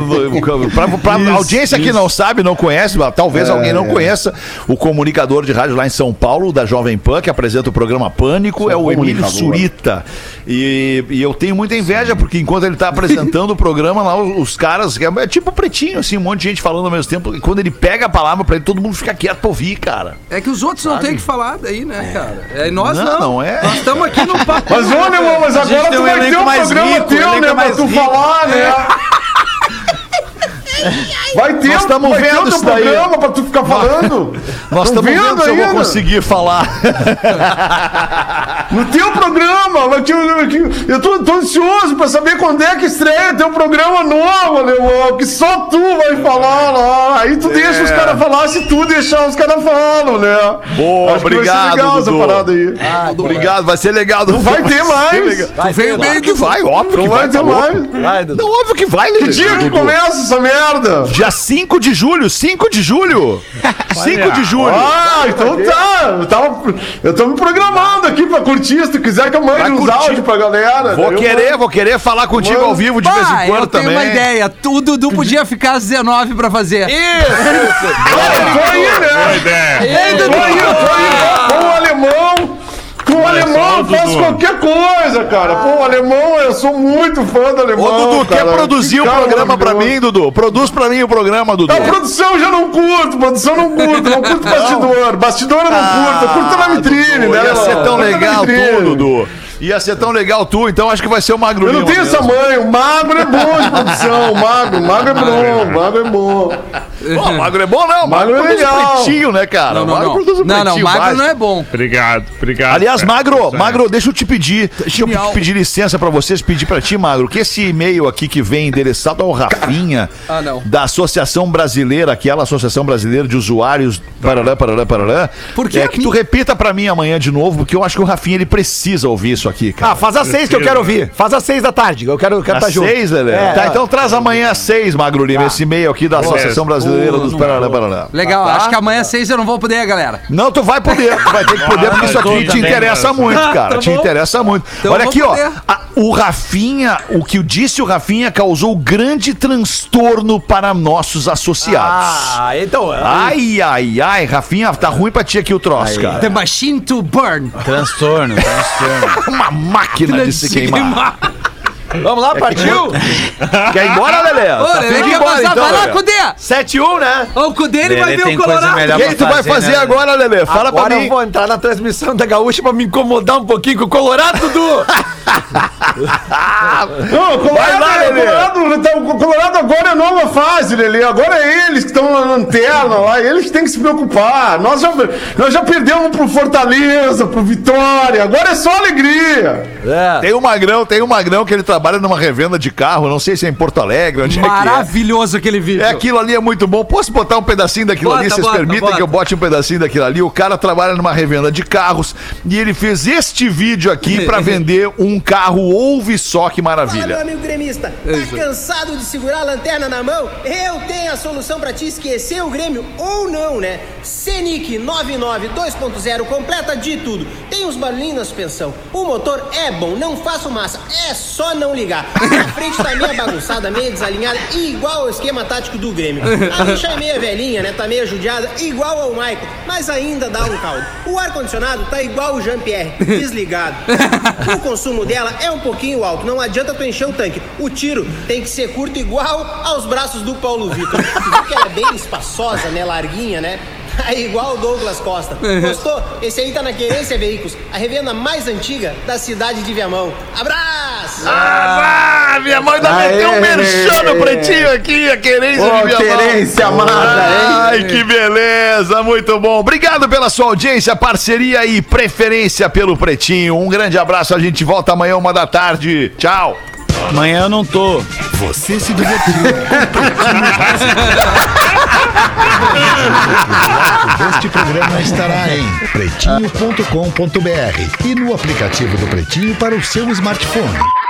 [SPEAKER 1] Pra, pra audiência que não sabe, não conhece, mas talvez
[SPEAKER 4] É.
[SPEAKER 1] alguém não conheça, o comunicador de rádio lá em São Paulo, da Jovem Pan, que apresenta o programa Pânico, é o Emílio
[SPEAKER 4] um comunicador.
[SPEAKER 1] Surita. E, e eu tenho muita inveja, porque enquanto ele tá apresentando o programa lá, os, os caras. É, é tipo pretinho, assim, um monte de gente falando ao mesmo tempo. E quando ele pega a palavra pra ele, todo mundo fica quieto pra ouvir, cara.
[SPEAKER 3] É que os outros não têm o que falar daí, né, cara? É, e nós
[SPEAKER 1] Não,
[SPEAKER 3] não.
[SPEAKER 1] não é.
[SPEAKER 3] Nós estamos aqui no papo.
[SPEAKER 4] Mas, ô, meu irmão, mas agora tu
[SPEAKER 7] tem um
[SPEAKER 4] vai ter
[SPEAKER 7] elenco
[SPEAKER 4] um
[SPEAKER 7] mais
[SPEAKER 4] programa
[SPEAKER 7] rico, um
[SPEAKER 4] teu,
[SPEAKER 7] elenco
[SPEAKER 4] né? Pra
[SPEAKER 7] mais
[SPEAKER 4] tu
[SPEAKER 7] rico.
[SPEAKER 4] falar, né? Vai ter,
[SPEAKER 1] Nós tamo
[SPEAKER 4] vai ter
[SPEAKER 1] vendo
[SPEAKER 4] outro
[SPEAKER 1] isso daí.
[SPEAKER 4] programa pra tu ficar falando.
[SPEAKER 1] Nós
[SPEAKER 4] Tão
[SPEAKER 1] estamos vendo se eu vou
[SPEAKER 4] ainda?
[SPEAKER 1] conseguir falar.
[SPEAKER 4] No teu um programa, mas que- que- eu tô, tô ansioso pra saber quando é que estreia teu programa novo, alemão, que só tu vai falar lá. Aí tu deixa os
[SPEAKER 1] É.
[SPEAKER 4] caras falar, se tu deixar os caras falam, né?
[SPEAKER 1] Boa,
[SPEAKER 4] Acho que vai ser
[SPEAKER 1] obrigado,
[SPEAKER 4] legal
[SPEAKER 1] Dudu.
[SPEAKER 4] essa parada aí.
[SPEAKER 1] Obrigado, vai ser legal.
[SPEAKER 4] Não vai ter
[SPEAKER 1] ser
[SPEAKER 4] mais.
[SPEAKER 1] legal.
[SPEAKER 8] Vai,
[SPEAKER 3] veio
[SPEAKER 8] vai.
[SPEAKER 1] Claro
[SPEAKER 3] bem
[SPEAKER 1] que vai, óbvio
[SPEAKER 4] Não
[SPEAKER 1] que
[SPEAKER 4] vai
[SPEAKER 1] vai.
[SPEAKER 4] ter
[SPEAKER 1] tá louco?
[SPEAKER 4] mais.
[SPEAKER 8] Vai, Dudu.
[SPEAKER 1] Não, óbvio que vai, Lelê.
[SPEAKER 4] Que dia que
[SPEAKER 1] Dudu.
[SPEAKER 4] começa essa merda?
[SPEAKER 1] Dia 5 de julho, 5 de julho. 5 de julho.
[SPEAKER 4] Ah, então tá. Eu, tava, eu tô me programando aqui pra curtir. Se tu quiser que eu mande
[SPEAKER 1] Vai
[SPEAKER 4] uns
[SPEAKER 1] curtir.
[SPEAKER 4] áudios pra galera.
[SPEAKER 1] Vou
[SPEAKER 4] Eu-
[SPEAKER 1] querer, vou querer falar contigo
[SPEAKER 4] Mano.
[SPEAKER 1] ao vivo de vez
[SPEAKER 3] Bah,
[SPEAKER 1] em quando
[SPEAKER 3] eu tenho
[SPEAKER 1] também. Uhum.
[SPEAKER 3] uma ideia. Tu, Dudu, podia ficar às 19 pra fazer.
[SPEAKER 4] Tô aí, né?
[SPEAKER 6] Boa ideia.
[SPEAKER 4] Ei, Dudu! Tô aí, tô aí. Com o Um alemão. Com o alemão eu
[SPEAKER 6] Dudu.
[SPEAKER 4] faço qualquer coisa, cara. Pô, o alemão, eu sou muito fã do alemão.
[SPEAKER 1] Ô, Dudu,
[SPEAKER 4] cara.
[SPEAKER 1] quer produzir
[SPEAKER 4] Que
[SPEAKER 1] o
[SPEAKER 4] cara
[SPEAKER 1] programa pra mim,
[SPEAKER 4] maravilhoso.
[SPEAKER 1] Dudu? Produz pra mim o programa, Dudu.
[SPEAKER 4] Não, produção eu já não curto, produção eu não curto, não curto bastidor. Bastidor eu não curto, eu curto na vitrine,
[SPEAKER 1] Ah, Dudu,
[SPEAKER 4] né?
[SPEAKER 1] Ia ser
[SPEAKER 4] irmão?
[SPEAKER 1] tão
[SPEAKER 4] Curto na
[SPEAKER 1] legal tu,
[SPEAKER 4] vitrine.
[SPEAKER 1] Dudu. Ia ser tão legal tu, então acho que vai ser o Magro
[SPEAKER 4] Eu não
[SPEAKER 1] Lima
[SPEAKER 4] tenho
[SPEAKER 1] mesmo.
[SPEAKER 4] essa mãe, o magro é bom de produção, o magro, o magro é bom, o magro é bom.
[SPEAKER 1] Pô, magro é bom, não.
[SPEAKER 4] Magro é
[SPEAKER 1] produz
[SPEAKER 4] legal.
[SPEAKER 1] pretinho, né, cara?
[SPEAKER 3] Não, não,
[SPEAKER 1] magro
[SPEAKER 3] não.
[SPEAKER 1] produz um
[SPEAKER 3] não, não,
[SPEAKER 1] pretinho
[SPEAKER 3] magro
[SPEAKER 1] básico.
[SPEAKER 3] não é bom.
[SPEAKER 6] Obrigado, obrigado.
[SPEAKER 1] Aliás,
[SPEAKER 6] cara.
[SPEAKER 1] Magro,
[SPEAKER 6] É, Isso aí.
[SPEAKER 1] Magro, deixa eu te pedir, deixa eu
[SPEAKER 3] Genial.
[SPEAKER 1] te pedir licença pra vocês, pedir pra ti, Magro, que esse e-mail aqui que vem endereçado ao Rafinha,
[SPEAKER 3] Ah, não.
[SPEAKER 1] da Associação Brasileira, aquela Associação Brasileira de Usuários, parará, parará, parará,
[SPEAKER 3] Por que
[SPEAKER 1] é
[SPEAKER 3] a
[SPEAKER 1] que
[SPEAKER 3] mim-
[SPEAKER 1] tu repita pra mim amanhã de novo, porque eu acho que o Rafinha, ele precisa ouvir isso aqui, cara.
[SPEAKER 8] Ah, faz às seis que eu quero ouvir. Faz às seis da tarde. Eu quero, eu
[SPEAKER 7] Ah,
[SPEAKER 8] quero
[SPEAKER 1] Às
[SPEAKER 8] tá junto.
[SPEAKER 1] seis, Lelé.
[SPEAKER 8] É,
[SPEAKER 1] tá,
[SPEAKER 8] é.
[SPEAKER 1] então traz amanhã às seis, Magro Lima, esse e-mail aqui da Associação Brasileira dos Parará, Parará.
[SPEAKER 3] Legal, acho que amanhã às seis eu não vou poder, galera.
[SPEAKER 1] Não, tu vai poder, tu vai ter que poder, porque
[SPEAKER 6] Ah,
[SPEAKER 1] isso aqui
[SPEAKER 6] então
[SPEAKER 1] te
[SPEAKER 6] tá
[SPEAKER 1] interessa
[SPEAKER 6] bem,
[SPEAKER 1] muito, cara. te interessa muito.
[SPEAKER 3] Então
[SPEAKER 1] Olha
[SPEAKER 3] eu vou
[SPEAKER 1] aqui, ó.
[SPEAKER 3] poder.
[SPEAKER 1] a- o Rafinha, o que disse o Rafinha causou grande transtorno para nossos associados.
[SPEAKER 8] Ah, então.
[SPEAKER 1] Ai, ai, ai, Rafinha, tá ruim pra ti aqui o troço, cara.
[SPEAKER 3] The Machine to Burn.
[SPEAKER 1] Tá,
[SPEAKER 11] Transtorno, transtorno.
[SPEAKER 1] É uma máquina de se queimar. É
[SPEAKER 8] Vamos lá, partiu?
[SPEAKER 1] Quer ir embora, Lelê?
[SPEAKER 3] Ô,
[SPEAKER 1] Tá,
[SPEAKER 3] ele é
[SPEAKER 1] fica
[SPEAKER 3] quer
[SPEAKER 1] embora,
[SPEAKER 3] passar,
[SPEAKER 1] então.
[SPEAKER 3] vai lá, Cudê.
[SPEAKER 8] 7-1, né?
[SPEAKER 3] Ó, O Cudê, ele vai
[SPEAKER 12] Lelê
[SPEAKER 3] ver
[SPEAKER 12] tem
[SPEAKER 3] o
[SPEAKER 12] coisa
[SPEAKER 3] Colorado.
[SPEAKER 12] melhor
[SPEAKER 1] O que tu vai
[SPEAKER 7] né?
[SPEAKER 1] fazer agora, Lelê? Fala
[SPEAKER 8] Agora
[SPEAKER 1] pra mim.
[SPEAKER 8] eu vou entrar na transmissão da Gaúcha pra me incomodar um pouquinho com o Colorado, Dudu.
[SPEAKER 4] Não, o Colorado,
[SPEAKER 1] Vai lá, Lelê.
[SPEAKER 4] Colorado, tá- o Colorado agora é nova fase, Lelê. Agora é eles que estão na lanterna lá, eles que têm que se preocupar. Nós já, nós já perdemos pro Fortaleza, pro Vitória, agora é só alegria.
[SPEAKER 1] Tem um magrão, tem um magrão que ele trabalha numa revenda de carro, não sei se é em Porto Alegre, onde é que é.
[SPEAKER 3] Maravilhoso aquele vídeo.
[SPEAKER 1] É, aquilo ali é muito bom. Posso botar um pedacinho daquilo
[SPEAKER 3] Bota,
[SPEAKER 1] ali? Vocês
[SPEAKER 3] bota,
[SPEAKER 1] permitem
[SPEAKER 3] bota.
[SPEAKER 1] que eu bote um pedacinho daquilo ali? O cara trabalha numa revenda de carros e ele fez este vídeo aqui pra vender um carro. Ouve só que
[SPEAKER 13] Fala, meu
[SPEAKER 1] maravilha.
[SPEAKER 13] amigo gremista. Tá cansado de segurar a lanterna na mão? Eu tenho a solução pra te esquecer o Grêmio ou não, né? Senic 99 2.0 completa de tudo. Tem os barulhinhos na suspensão. O motor é bom, não faço massa. É só não ligar. A frente tá meio bagunçada, meio desalinhada, igual ao esquema tático do Grêmio. A lixa é meia velhinha, né? Tá meio judiada, igual ao Michael, mas ainda dá um caldo. O ar-condicionado tá igual o Jean-Pierre, desligado. O consumo dela é um pouquinho alto, não adianta tu encher o tanque. O tiro tem que ser curto igual aos braços do Paulo Vitor. Tu viu que ela é bem espaçosa, né? Larguinha, né? É igual o Douglas Costa. Gostou? Esse aí tá na Querência Veículos, a revenda mais antiga da cidade de Viamão. Abraço!
[SPEAKER 1] Ah, minha mãe ainda meteu um merchan no pretinho aqui, a querência de minha
[SPEAKER 4] Querência amada, hein?
[SPEAKER 1] Ai, que beleza, muito bom. Obrigado pela sua audiência, parceria e preferência pelo Pretinho. Um grande abraço, a gente volta amanhã, uma da tarde. Tchau.
[SPEAKER 11] Amanhã eu não tô.
[SPEAKER 7] Você se divertiu com Pretinho Básico. Este programa estará em pretinho.com.br e no aplicativo do Pretinho para o seu smartphone.